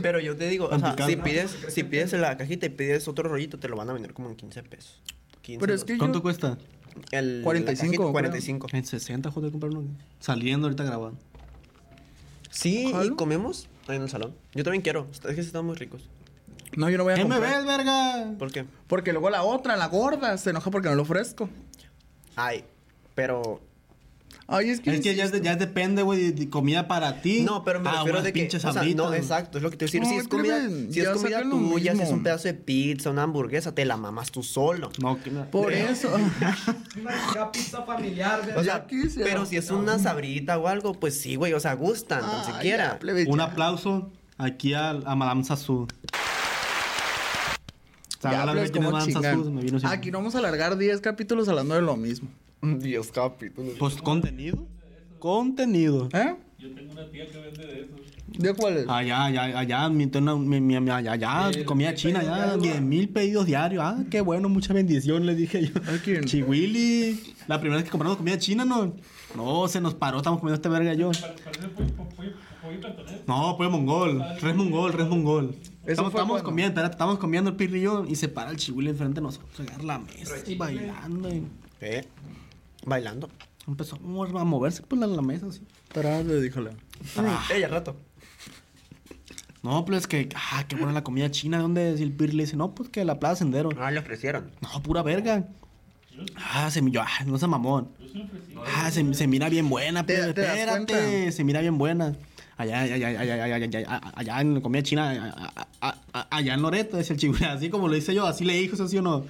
Speaker 4: Pero yo te digo, o
Speaker 3: Con
Speaker 4: sea,
Speaker 3: picante.
Speaker 4: si pides, si pides la cajita y pides otro rollito, te lo van a vender como en 15 pesos. 15
Speaker 5: Pero es que
Speaker 3: ¿Cuánto
Speaker 5: yo...
Speaker 3: cuesta?
Speaker 4: el,
Speaker 5: 45,
Speaker 4: la cajita,
Speaker 5: creo.
Speaker 4: 45.
Speaker 3: En 60, joder, comprar uno. Saliendo ahorita grabando.
Speaker 4: Sí, y
Speaker 5: ¿Jalo?
Speaker 4: comemos en el salón. Yo también quiero. Está- Es que están muy ricos.
Speaker 5: No, yo no voy a
Speaker 3: ¿Qué me
Speaker 5: comprar.
Speaker 3: ves, verga?
Speaker 4: ¿Por qué?
Speaker 5: Porque luego la otra, la gorda, se enoja porque no lo ofrezco.
Speaker 4: Ay, pero.
Speaker 5: Ay, es que...
Speaker 3: Es que ya, es de-
Speaker 5: insisto.
Speaker 3: ya depende, güey, de comida para ti.
Speaker 4: No, pero me
Speaker 3: a
Speaker 4: refiero
Speaker 3: Ah, unas
Speaker 4: de que.
Speaker 3: pinches
Speaker 4: o sea,
Speaker 3: sabritas,
Speaker 4: no,
Speaker 3: güey.
Speaker 4: exacto, es lo que te voy a decir. si
Speaker 5: Ay,
Speaker 4: es comida,
Speaker 5: Kevin,
Speaker 4: si es
Speaker 5: ya
Speaker 4: comida
Speaker 5: sacan lo
Speaker 4: tuya, si es un
Speaker 5: mismo.
Speaker 4: pedazo de pizza, una hamburguesa, te la mamas tú solo.
Speaker 3: No, que no.
Speaker 5: Por eso.
Speaker 6: Una chingada pizza familiar, güey.
Speaker 4: O sea,
Speaker 5: quisiera.
Speaker 4: pero si es una sabrita o algo, pues sí, güey. O sea, gustan, tan
Speaker 5: Ay,
Speaker 4: siquiera.
Speaker 5: ya, plebe,
Speaker 3: Eh, Un
Speaker 5: ya.
Speaker 3: aplauso aquí a, a Madame Sassou. O sea,
Speaker 5: Ya,
Speaker 3: a la
Speaker 5: plebes,
Speaker 3: vez que tiene
Speaker 5: ¿cómo
Speaker 3: Madame
Speaker 5: chingan?
Speaker 3: Sassou, me vino sin-
Speaker 5: Aquí no vamos a alargar 10 capítulos hablando de lo mismo.
Speaker 4: Dios, capítulo.
Speaker 3: Pues contenido. Contenido.
Speaker 5: ¿Eh?
Speaker 7: Yo tengo una tía que vende de eso.
Speaker 5: ¿De cuáles?
Speaker 4: Ah,
Speaker 3: Allá, allá, allá, mi, tengo una- mi, mi- mi- allá, allá, comida china, allá, 10 mil pedidos diarios. Ah, qué bueno, mucha bendición, le dije yo.
Speaker 5: ¿A quién?
Speaker 3: Chihuili, la primera vez que compramos comida china, no. No, se nos paró, estamos comiendo esta verga yo.
Speaker 7: Parece pollo, pollo, pollo, pollo platanero.
Speaker 3: No, pues mongol, res mongol, res mongol. Estamos,
Speaker 5: fue
Speaker 3: estamos
Speaker 5: bueno.
Speaker 3: comiendo, espérate, estamos comiendo el pirrillo y se para el chihuili enfrente de nosotros, agarra la mesa y bailando. y
Speaker 4: ¿Eh? Bailando.
Speaker 3: empezó a mo- a
Speaker 5: Ah,
Speaker 3: moverse pues, la, la mesa así.
Speaker 4: Ah,
Speaker 5: Atrás, le dijo la-
Speaker 4: Ella, rato.
Speaker 3: No, pues que, ah, qué buena la comida china, ¿de dónde es? Y el Pir le dice, no, pues que la plaza Sendero.
Speaker 4: Ah, le ofrecieron.
Speaker 3: No, pura verga. Ah, se mi- yo, ah, no se mamón. Ah, se, se mira bien buena,
Speaker 5: Te-
Speaker 3: pero
Speaker 5: te das
Speaker 3: espérate,
Speaker 5: cuenta.
Speaker 3: se mira bien buena. Allá, allá, allá, allá, allá, allá, allá, allá en la comida china, allá, allá, allá, allá en Loreto, decía el chico. Así como lo hice yo, así le dijo, eso sí o no.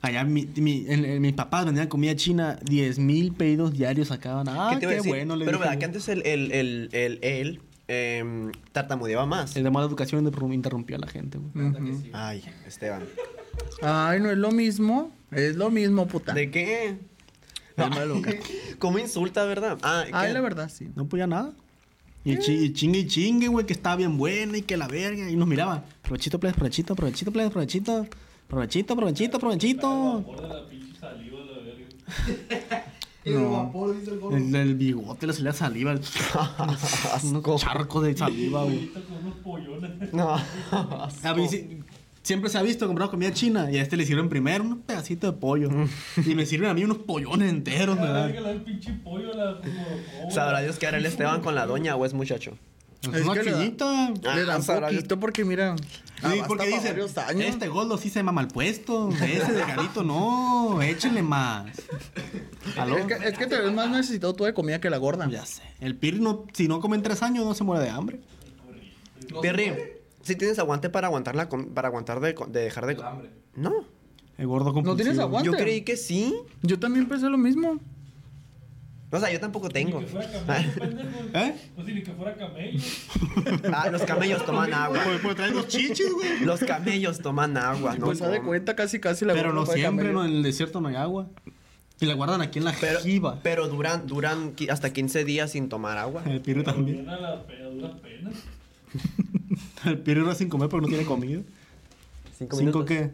Speaker 3: Allá mi, mi, en- en- mis papás vendían comida china, 10 mil pedidos diarios sacaban. Ah,
Speaker 4: ¿Qué
Speaker 3: qué,
Speaker 4: te iba a decir?
Speaker 3: bueno, le
Speaker 4: Pero
Speaker 3: dije.
Speaker 4: verdad que antes el, el, el, el, él, em, tartamudeaba más.
Speaker 3: El de mala educación interrum- interrumpió a la gente, güey.
Speaker 4: Ay, Esteban.
Speaker 5: Ay, no es lo mismo. Es lo mismo, puta.
Speaker 4: ¿De qué?
Speaker 5: Es mala educación.
Speaker 4: ¿Cómo insulta, verdad? Ah,
Speaker 5: Ay,
Speaker 4: ¿qué?
Speaker 5: la verdad, sí.
Speaker 3: No podía nada. Y,
Speaker 5: Eh.
Speaker 3: el chi- y chingue y chingue, güey, que estaba bien buena y que la verga. Y nos miraba. Provechito, plebes, provechito, provechito, plebes, provechito. Provechito, provechito, provechito. El, el bigote le salía saliva. el- Un charco de saliva, güey.
Speaker 4: No.
Speaker 3: A mí sí- siempre se ha visto comprar comida china. Y a este le sirven primero un pedacito de pollo. y me sirven a mí unos pollones enteros, ¿verdad?
Speaker 7: El pinche pollo, la como-
Speaker 4: ¿Sabrá Dios qué hará el Esteban con la doña o es muchacho?
Speaker 3: Es
Speaker 5: Es
Speaker 3: una
Speaker 5: que le da-
Speaker 3: chinita.
Speaker 4: Ah,
Speaker 5: Le dan
Speaker 4: sabrá Dios.
Speaker 5: poquito porque, mira.
Speaker 3: Sí,
Speaker 5: abasta
Speaker 3: porque
Speaker 5: pa'
Speaker 3: dice,
Speaker 5: Ah, varios años.
Speaker 3: este gordo sí se mama al puesto, ese de garito no, échenle más. ¿Aló?
Speaker 5: Es que, es que te ves más necesitado tú de comida que la gorda.
Speaker 3: Ya sé, el Pirri no, si no come en tres años no se muere de hambre.
Speaker 4: Perry, si tienes aguante para aguantar la com- para aguantar de, co- de dejar de co- No.
Speaker 3: El gordo compulsivo.
Speaker 5: ¿No tienes aguante?
Speaker 4: Yo creí que sí.
Speaker 5: Yo también pensé lo mismo.
Speaker 4: O sea, yo tampoco tengo.
Speaker 3: ¿Eh?
Speaker 7: Pues si ni que fuera camello.
Speaker 4: Ah, los camellos toman agua.
Speaker 3: Pues, pues trae dos chichis, güey.
Speaker 4: Los camellos toman agua, no
Speaker 5: pues haz de
Speaker 4: toman.
Speaker 5: cuenta casi casi la
Speaker 3: Pero
Speaker 5: gorda
Speaker 3: no
Speaker 5: fue de
Speaker 3: siempre,
Speaker 5: camello.
Speaker 3: no, en el desierto no hay agua. Y la guardan aquí en la
Speaker 4: Pero,
Speaker 3: jiba.
Speaker 4: pero duran, duran qui- hasta 15 días sin tomar agua.
Speaker 3: El Pirri también.
Speaker 7: Una la pe- duras penas.
Speaker 3: El Pirri no sin comer porque no tiene comida. ¿Cinco
Speaker 4: ¿Cinco minutos?
Speaker 3: qué?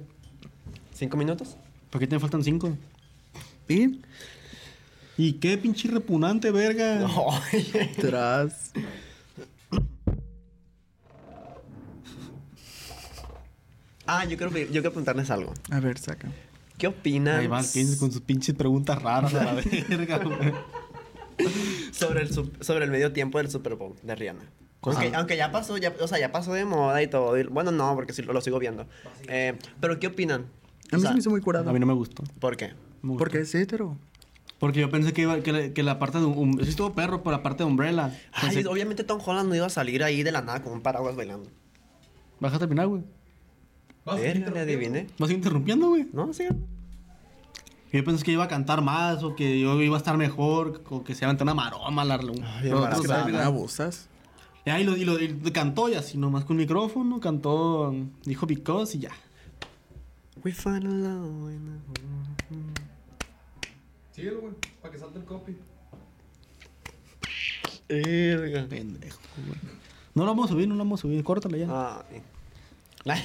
Speaker 4: ¿Cinco minutos?
Speaker 3: ¿Por qué te faltan cinco?
Speaker 5: Y
Speaker 3: ¿Y qué pinche repugnante, verga?
Speaker 4: Ay,
Speaker 5: tras.
Speaker 4: Ah, yo quiero, pedir- yo quiero preguntarles algo.
Speaker 5: A ver, saca.
Speaker 4: ¿Qué opinan
Speaker 3: Ahí va el Kenzie con sus pinches preguntas raras a la verga, güey.
Speaker 4: sobre, el, sup- sobre el medio tiempo del Super Bowl de Rihanna?
Speaker 5: Ah.
Speaker 4: Aunque, aunque ya pasó, ya, o sea, ya pasó de moda y todo. y- bueno, no, porque sí lo, lo sigo viendo. Eh, pero ¿qué opinan?
Speaker 5: A
Speaker 4: O
Speaker 5: mí
Speaker 4: sea,
Speaker 5: se me hizo muy curado.
Speaker 3: A mí no me gustó.
Speaker 4: ¿Por qué?
Speaker 3: Me gustó.
Speaker 5: Porque es hetero.
Speaker 3: Porque yo pensé que, iba, que, la, que la parte de... Um, sí estuvo perro, pero la parte de Umbrella.
Speaker 4: Ay,
Speaker 3: Pensé,
Speaker 4: obviamente Tom Holland no iba a salir ahí de la nada con un paraguas bailando.
Speaker 3: Bájate al final, güey.
Speaker 4: Verga, le adiviné.
Speaker 3: Vas interrumpiendo, güey.
Speaker 4: No, sí.
Speaker 3: Yo pensé que iba a cantar más o que yo iba a estar mejor o que se iba a meter una maroma. La, lo- lo otro
Speaker 4: Ah,
Speaker 5: Es que
Speaker 3: sabe.
Speaker 5: también abusas.
Speaker 3: Ya, y, lo, y, lo, y cantó y así nomás con micrófono. Cantó, dijo Because y ya.
Speaker 4: We fall in love in a-
Speaker 6: Síguelo, güey, para que salte el copy.
Speaker 3: Pendejo, güey. No lo vamos a subir, no lo vamos a subir. Córtale ya.
Speaker 4: Ay.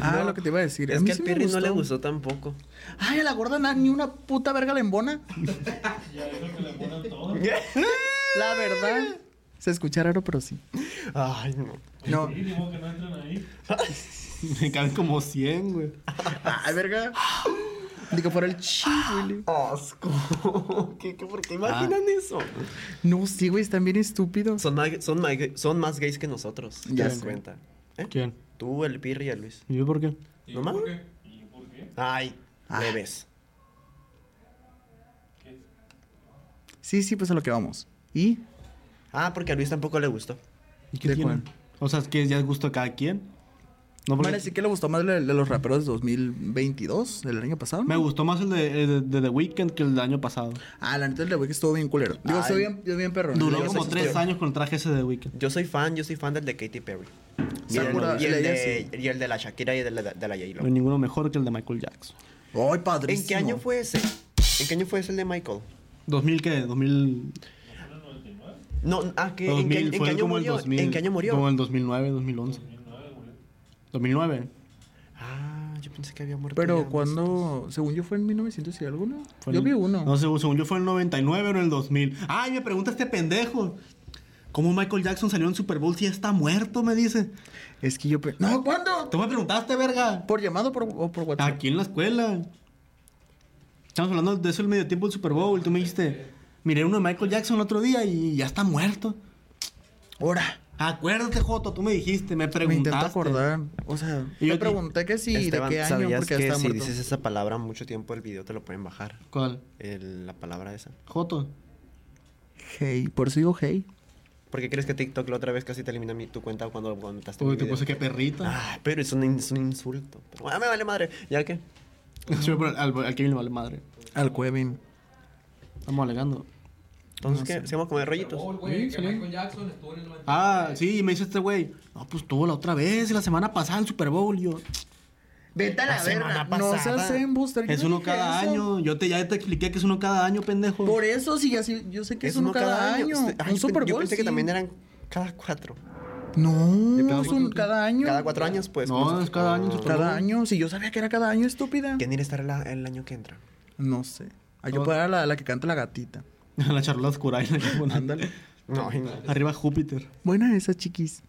Speaker 5: Ah,
Speaker 4: No,
Speaker 5: lo que te iba a decir.
Speaker 4: Es
Speaker 5: mí
Speaker 4: que al
Speaker 5: sí me
Speaker 4: Pirri no le gustó tampoco.
Speaker 5: Ay, a la gorda na- ni una puta verga le embona.
Speaker 7: Ya es lo que le ponen todo.
Speaker 5: La verdad. Se escucha raro, pero sí.
Speaker 4: Ay, no.
Speaker 5: No.
Speaker 7: Y digo que no entran ahí.
Speaker 3: Me caen como 100, güey.
Speaker 5: Ay, verga. Digo, fuera el chi, Willy.
Speaker 4: Asco. ¿Qué, qué, ¿Por qué imaginan eso?
Speaker 5: No, sí, güey, están bien estúpidos.
Speaker 4: Ah. Son más, son, más, son más gays que nosotros. ¿Te
Speaker 5: Ya
Speaker 4: das
Speaker 5: sé.
Speaker 4: cuenta? ¿Eh?
Speaker 3: ¿Quién?
Speaker 4: Tú, el Pirri y el Luis.
Speaker 3: ¿Y yo por qué?
Speaker 4: ¿No más? Ay,
Speaker 3: Ah.
Speaker 4: bebés.
Speaker 5: Sí, sí, pues a lo que vamos. ¿Y?
Speaker 4: Ah, porque a Luis tampoco le gustó.
Speaker 3: ¿Y qué
Speaker 5: ¿De
Speaker 3: tiene? O sea, es que ya es gusto de cada quien. No, porque-
Speaker 5: Vale, sí que le gustó más el de los raperos de 2022, del año pasado. ¿no?
Speaker 3: Me gustó más el de, el de The Weeknd que el del año pasado.
Speaker 5: Ah, la neta, el de güey que estuvo bien culero. Digo, estuvo bien, estuvo bien perro.
Speaker 3: Duró
Speaker 5: Digo,
Speaker 3: como
Speaker 5: se-
Speaker 3: tres años con el traje ese de The Weeknd.
Speaker 4: Yo soy fan, yo soy fan del de Katy Perry. Y el,
Speaker 5: Sakura,
Speaker 4: y el
Speaker 5: la
Speaker 4: de,
Speaker 5: idea,
Speaker 4: y el de la Shakira y el de la, de la J-Lo.
Speaker 3: No hay ninguno mejor que el de Michael Jackson.
Speaker 5: Ay, padrísimo.
Speaker 4: ¿En qué año fue ese? ¿En qué año fue ese el de Michael?
Speaker 3: ¿2000 qué? 2000...
Speaker 4: No, ah, ¿qué, ¿en
Speaker 3: 2000
Speaker 4: qué, en qué
Speaker 3: fue
Speaker 4: año
Speaker 3: como el
Speaker 4: murió?
Speaker 3: 2000,
Speaker 4: ¿En qué año
Speaker 3: Como
Speaker 4: murió?
Speaker 3: el 2009, 2011. 2009.
Speaker 4: Ah, yo pensé que había muerto.
Speaker 5: Pero
Speaker 4: ya.
Speaker 5: cuando, según yo, fue en 1900 y algo, ¿no?
Speaker 3: Fue
Speaker 5: Yo
Speaker 3: en-
Speaker 5: vi uno.
Speaker 3: No sé, según yo fue el 99 o en el 2000. Ay, me pregunta este pendejo. ¿Cómo Michael Jackson salió en Super Bowl si ya está muerto? Me dice.
Speaker 5: Es que yo. pe- No, ¿cuándo?
Speaker 3: ¿Tú me preguntaste, este verga?
Speaker 5: ¿Por llamado por, o por WhatsApp?
Speaker 3: Aquí en la escuela. Estamos hablando de eso el medio tiempo del Super Bowl. Tú me dijiste, miré uno de Michael Jackson el otro día y ya está muerto.
Speaker 5: Ahora.
Speaker 3: Acuérdate, Joto, tú me dijiste, me
Speaker 5: Me intento
Speaker 3: preguntaste.
Speaker 5: acordar. O sea,
Speaker 3: Y yo-
Speaker 5: yo pregunté que sí,
Speaker 4: Esteban,
Speaker 5: de qué año,
Speaker 4: ¿sabías
Speaker 5: porque
Speaker 4: que
Speaker 5: está
Speaker 4: si
Speaker 5: muerto.
Speaker 4: dices esa palabra mucho tiempo el video te lo pueden bajar?
Speaker 3: ¿Cuál?
Speaker 4: El- la palabra esa.
Speaker 3: Joto.
Speaker 5: Hey, por eso digo hey.
Speaker 4: ¿Por qué crees que TikTok la otra vez casi te elimina mi- tu cuenta cuando comentaste mi
Speaker 3: Uy, te
Speaker 4: video?
Speaker 3: puse que perrita.
Speaker 4: Ah, pero es un, in- es un insulto. Pero, ah, me vale madre. ¿Ya qué?
Speaker 3: Sí, pero al, al Kevin le vale madre.
Speaker 5: Ah. Al Cuevin.
Speaker 3: Estamos alegando.
Speaker 4: Entonces, ¿qué? ¿Sigamos con rollitos?
Speaker 6: Bowl, güey, que Michael Jackson estuvo en el 90.
Speaker 3: Ah, sí, me dice este güey. No, pues tuvo la otra vez, la semana pasada en Super Bowl. y Yo,
Speaker 5: Vete a la,
Speaker 4: semana
Speaker 5: No se
Speaker 4: pasada.
Speaker 5: hacen booster.
Speaker 3: es
Speaker 5: Yo
Speaker 3: uno
Speaker 5: dije
Speaker 3: cada
Speaker 5: eso.
Speaker 3: año. Yo te, ya te expliqué que es uno cada año, pendejo.
Speaker 5: Por eso, sí, así, yo sé que es, uno cada año.
Speaker 4: Usted- ah,
Speaker 5: un
Speaker 4: yo, pen-
Speaker 5: Super Bowl.
Speaker 4: yo pensé que
Speaker 5: sí.
Speaker 4: también eran cada cuatro.
Speaker 5: No,
Speaker 4: cada
Speaker 5: es un
Speaker 4: cuatro-
Speaker 5: cada año.
Speaker 4: Cada cuatro años, pues.
Speaker 3: no,
Speaker 4: pues,
Speaker 3: es cada año en Super
Speaker 5: Cada
Speaker 3: Bowl.
Speaker 5: año. Si yo sabía que era cada año, estúpida.
Speaker 4: ¿Quién Oh. irá a estar el, el año que entra?
Speaker 5: No sé. Ay, yo
Speaker 3: Todo.
Speaker 5: puedo dar la, la que canta la gatita.
Speaker 3: la charla oscura. ahí la llevo,
Speaker 5: Ándale.
Speaker 4: No, ay, no.
Speaker 3: Arriba Júpiter.
Speaker 5: Buena esa, chiquis.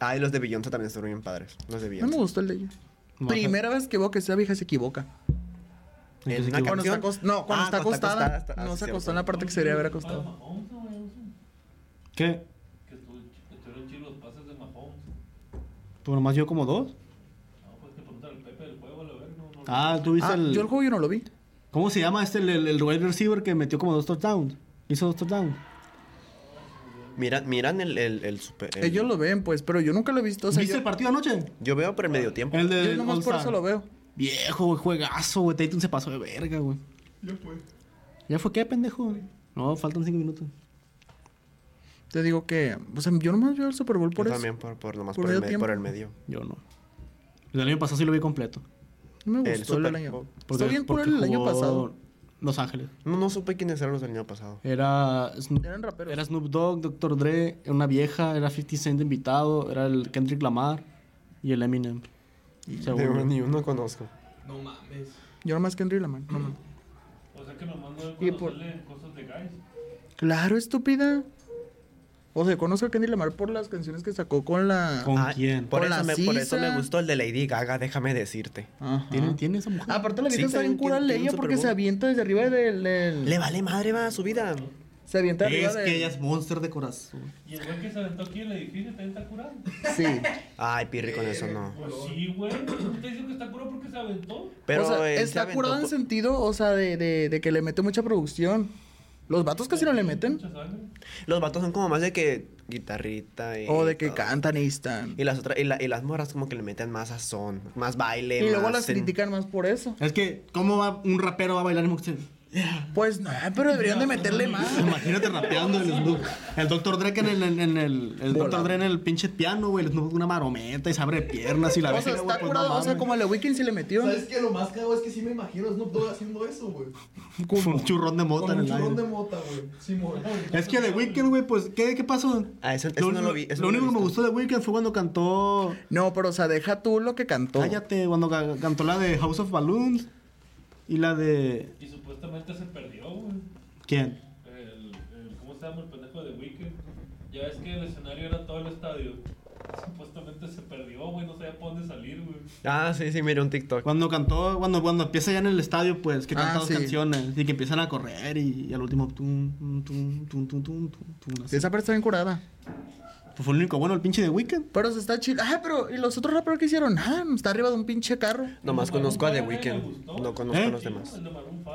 Speaker 4: Ah, y los de Beyoncé también estuvieron bien padres. Los de
Speaker 5: No me
Speaker 4: Beyoncé.
Speaker 5: gustó el de ella.
Speaker 3: Ajá.
Speaker 5: Primera vez que veo que esa vieja se equivoca.
Speaker 4: En
Speaker 3: Entonces,
Speaker 4: una
Speaker 3: ¿qué-
Speaker 5: Cuando está
Speaker 4: canción.
Speaker 5: acos- no, cuando
Speaker 4: Ah,
Speaker 5: está
Speaker 4: cuando está
Speaker 5: acostada.
Speaker 4: acostada, está- ah,
Speaker 5: no
Speaker 4: sí,
Speaker 5: se acostó
Speaker 4: cierto.
Speaker 5: en la parte que se debería haber acostado.
Speaker 7: Mahomes, ¿no, güey?
Speaker 3: ¿Qué?
Speaker 7: Que estuvo que estuvieron chidos los pases de Mahomes.
Speaker 3: ¿Tú nomás yo como dos?
Speaker 7: No, pues que preguntan al Pepe del juego, a la verga. No, no,
Speaker 3: Ah, tú viste
Speaker 5: Ah,
Speaker 3: el.
Speaker 5: Yo el juego yo no lo vi.
Speaker 3: ¿Cómo se llama este, el, el, el wide receiver que metió como dos touchdowns? Hizo dos touchdowns.
Speaker 4: Mira, miran el, el, el super. el-
Speaker 5: Ellos lo ven, pues, pero yo nunca lo he visto. O sea,
Speaker 3: ¿Viste
Speaker 5: yo,
Speaker 3: el partido anoche?
Speaker 4: Yo veo por el medio tiempo.
Speaker 3: El de.
Speaker 5: yo nomás por eso lo veo.
Speaker 3: Viejo, güey, juegazo, güey. Tatum se pasó de verga, güey. Ya fue. ¿Ya fue qué, pendejo? No, faltan cinco minutos.
Speaker 5: Te digo que, o sea, yo nomás veo el Super Bowl por
Speaker 4: Yo
Speaker 5: eso.
Speaker 4: también por, por nomás
Speaker 5: Por
Speaker 4: por,
Speaker 5: medio
Speaker 4: el, me-
Speaker 5: tiempo.
Speaker 4: por el medio.
Speaker 3: Yo no. El año pasado sí lo vi completo.
Speaker 5: No me
Speaker 4: El
Speaker 5: gustó el,
Speaker 4: Super
Speaker 5: año.
Speaker 4: Bowl.
Speaker 5: Está bien por
Speaker 3: porque
Speaker 5: el año
Speaker 3: jugó
Speaker 5: pasado.
Speaker 3: Los Ángeles.
Speaker 4: No, no supe quiénes eran los del año pasado.
Speaker 3: Era Snoop,
Speaker 5: Eran raperos.
Speaker 3: era Snoop Dogg, Dr. Dre, era una vieja, era 50 Cent de invitado, era el Kendrick Lamar y el Eminem.
Speaker 4: Pero
Speaker 3: Según.
Speaker 4: ni uno conozco.
Speaker 6: No mames.
Speaker 5: Yo nomás que Henry Lamar. no mames.
Speaker 7: O sea que nomás no
Speaker 5: Y
Speaker 7: cuando
Speaker 5: por-
Speaker 7: salen cosas de guys.
Speaker 5: Claro, estúpida. O sea, conozco a Kenny Lamar por las canciones que sacó con la.
Speaker 3: Con-
Speaker 4: Ah,
Speaker 3: quién?
Speaker 4: Por,
Speaker 5: Con
Speaker 4: eso
Speaker 5: la
Speaker 4: me, por eso
Speaker 5: Sisa.
Speaker 4: me gustó el de Lady Gaga, déjame decirte.
Speaker 5: Ajá.
Speaker 3: ¿Tiene, tiene esa mujer.
Speaker 5: Ah, Aparte, la
Speaker 4: Sí,
Speaker 5: vieja está
Speaker 4: también
Speaker 5: bien cura
Speaker 4: tiene- tiene
Speaker 5: ella
Speaker 4: un
Speaker 5: porque
Speaker 4: Super
Speaker 5: se
Speaker 4: Bowl.
Speaker 5: avienta desde arriba del. del-
Speaker 4: Le vale madre, va, su vida.
Speaker 5: Se avienta arriba
Speaker 3: es
Speaker 5: del.
Speaker 3: que ella es monster de corazón.
Speaker 7: Y el güey que se aventó aquí en el edificio también está curado.
Speaker 5: Sí.
Speaker 4: Ay, Pirri, con eso no.
Speaker 7: Pues sí, güey. ¿Usted dice que está curado porque se aventó?
Speaker 4: Pero
Speaker 5: o sea,
Speaker 4: él se
Speaker 5: está
Speaker 4: aventó
Speaker 5: curado en
Speaker 4: por-
Speaker 5: sentido, o sea, de, de, de que le mete mucha producción. Los vatos casi no le meten.
Speaker 7: Mucha sangre.
Speaker 4: Los vatos son como más de que guitarrita y.
Speaker 5: O de que
Speaker 4: todo.
Speaker 5: cantan y están.
Speaker 4: Y las otras, y, la- y las morras como que le meten más sazón, más baile.
Speaker 5: Y luego
Speaker 4: más
Speaker 5: las
Speaker 4: en-
Speaker 5: critican más por eso.
Speaker 3: Es que, ¿cómo va un rapero va a bailar en Moxie?
Speaker 5: Pues no, pero deberían de meterle más.
Speaker 3: Imagínate rapeando el Snoop. El Dr. Dre que en el, en, en el, el Dr. Dre en el pinche piano, güey. El Snoop una marometa y se abre piernas y la
Speaker 5: O sea,
Speaker 3: verga, güey,
Speaker 5: está
Speaker 3: pues, no
Speaker 5: curado, o sea,
Speaker 3: mames.
Speaker 5: como el Weekend se le metió.
Speaker 6: ¿Sabes qué? Lo más cagado es que sí me imagino a Snoop Dogg haciendo eso, güey.
Speaker 3: Fue un churrón de mota
Speaker 6: Con
Speaker 3: en
Speaker 6: un
Speaker 3: el aire.
Speaker 6: churrón de mota, güey. Simón.
Speaker 7: Pues,
Speaker 3: Es que The Weeknd, güey, pues, ¿qué, qué pasó?
Speaker 4: Ah, eso- eso no lo vi, eso no lo
Speaker 3: único
Speaker 4: he
Speaker 3: que me
Speaker 4: visto.
Speaker 3: gustó de Weeknd fue cuando cantó.
Speaker 5: No, pero o sea, deja tú lo que cantó.
Speaker 3: Cállate, cuando ca- cantó la de House of Balloons y la de.
Speaker 7: Y supuestamente se perdió, güey.
Speaker 3: ¿Quién?
Speaker 7: El, el, ¿Cómo se llama el pendejo de Weekend? Ya ves que el escenario era todo el estadio. Supuestamente se perdió, güey. No sabía por dónde salir, güey.
Speaker 4: Ah, sí, sí, miré un TikTok.
Speaker 3: Cuando cantó, cuando, cuando empieza ya en el estadio, pues, que canta
Speaker 5: Ah,
Speaker 3: dos
Speaker 5: sí.
Speaker 3: canciones y que empiezan a correr y, y al último. tum, tum, tum, tum, tum, tum, tum, así.
Speaker 5: Esa parte está bien curada.
Speaker 3: Pues fue el único bueno, el pinche de Weeknd.
Speaker 5: Pero se está chido. Ah, pero ¿y los otros raperos que hicieron? Nada, está arriba de un pinche carro.
Speaker 4: Nomás conozco a The
Speaker 7: Maroon five, ¿le
Speaker 4: Weeknd,
Speaker 7: gustó?
Speaker 4: no conozco
Speaker 3: ¿Eh?
Speaker 4: a los demás.
Speaker 7: El de Maroon 5.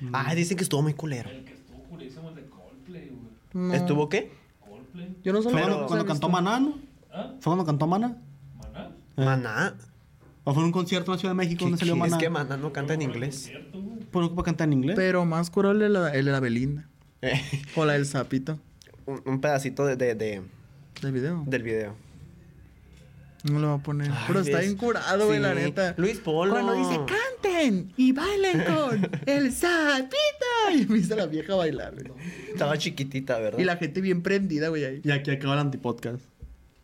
Speaker 5: Mm.
Speaker 4: Ah, dicen que estuvo muy culero.
Speaker 7: El que estuvo curísimo el de Coldplay, güey.
Speaker 5: No. Eh.
Speaker 4: ¿Estuvo qué?
Speaker 7: Coldplay.
Speaker 5: Yo no
Speaker 3: Fue
Speaker 5: solo
Speaker 4: ¿eh?
Speaker 3: cuando,
Speaker 5: no
Speaker 3: cuando
Speaker 5: sé
Speaker 3: cantó
Speaker 5: esto.
Speaker 3: Maná, ¿no?
Speaker 7: ¿Ah?
Speaker 3: ¿Fue cuando cantó Maná?
Speaker 7: ¿Maná?
Speaker 4: Maná.
Speaker 3: ¿O fue en un concierto en la Ciudad de México donde salió
Speaker 4: ¿Qué-
Speaker 3: Maná?
Speaker 4: Es que Maná no canta en inglés.
Speaker 7: Cierto, güey.
Speaker 3: ¿Por qué puede cantar en inglés?
Speaker 5: Pero más curable la, el de la Belinda. O la del sapito
Speaker 4: Eh, un, un pedacito de, de- de-
Speaker 5: del video.
Speaker 4: del video.
Speaker 5: No lo va a poner. pero
Speaker 4: Ay,
Speaker 5: está
Speaker 4: es-
Speaker 5: bien curado, güey, la
Speaker 4: sí.
Speaker 5: neta.
Speaker 4: Luis Polo.
Speaker 5: Cuando dice, canten y bailen con el sapito. Y viste a la vieja bailar, güey.
Speaker 4: Estaba chiquitita, ¿verdad?
Speaker 5: Y la gente bien prendida, güey, ahí.
Speaker 3: Y aquí acaba el antipodcast.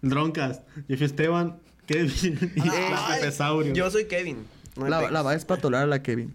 Speaker 3: El Droncast. Yo fui Esteban, Kevin y
Speaker 4: Ay,
Speaker 3: Pepe Saurio.
Speaker 4: Yo soy Kevin. No me
Speaker 5: La,
Speaker 4: pegues.
Speaker 5: la va a espatolar a la Kevin.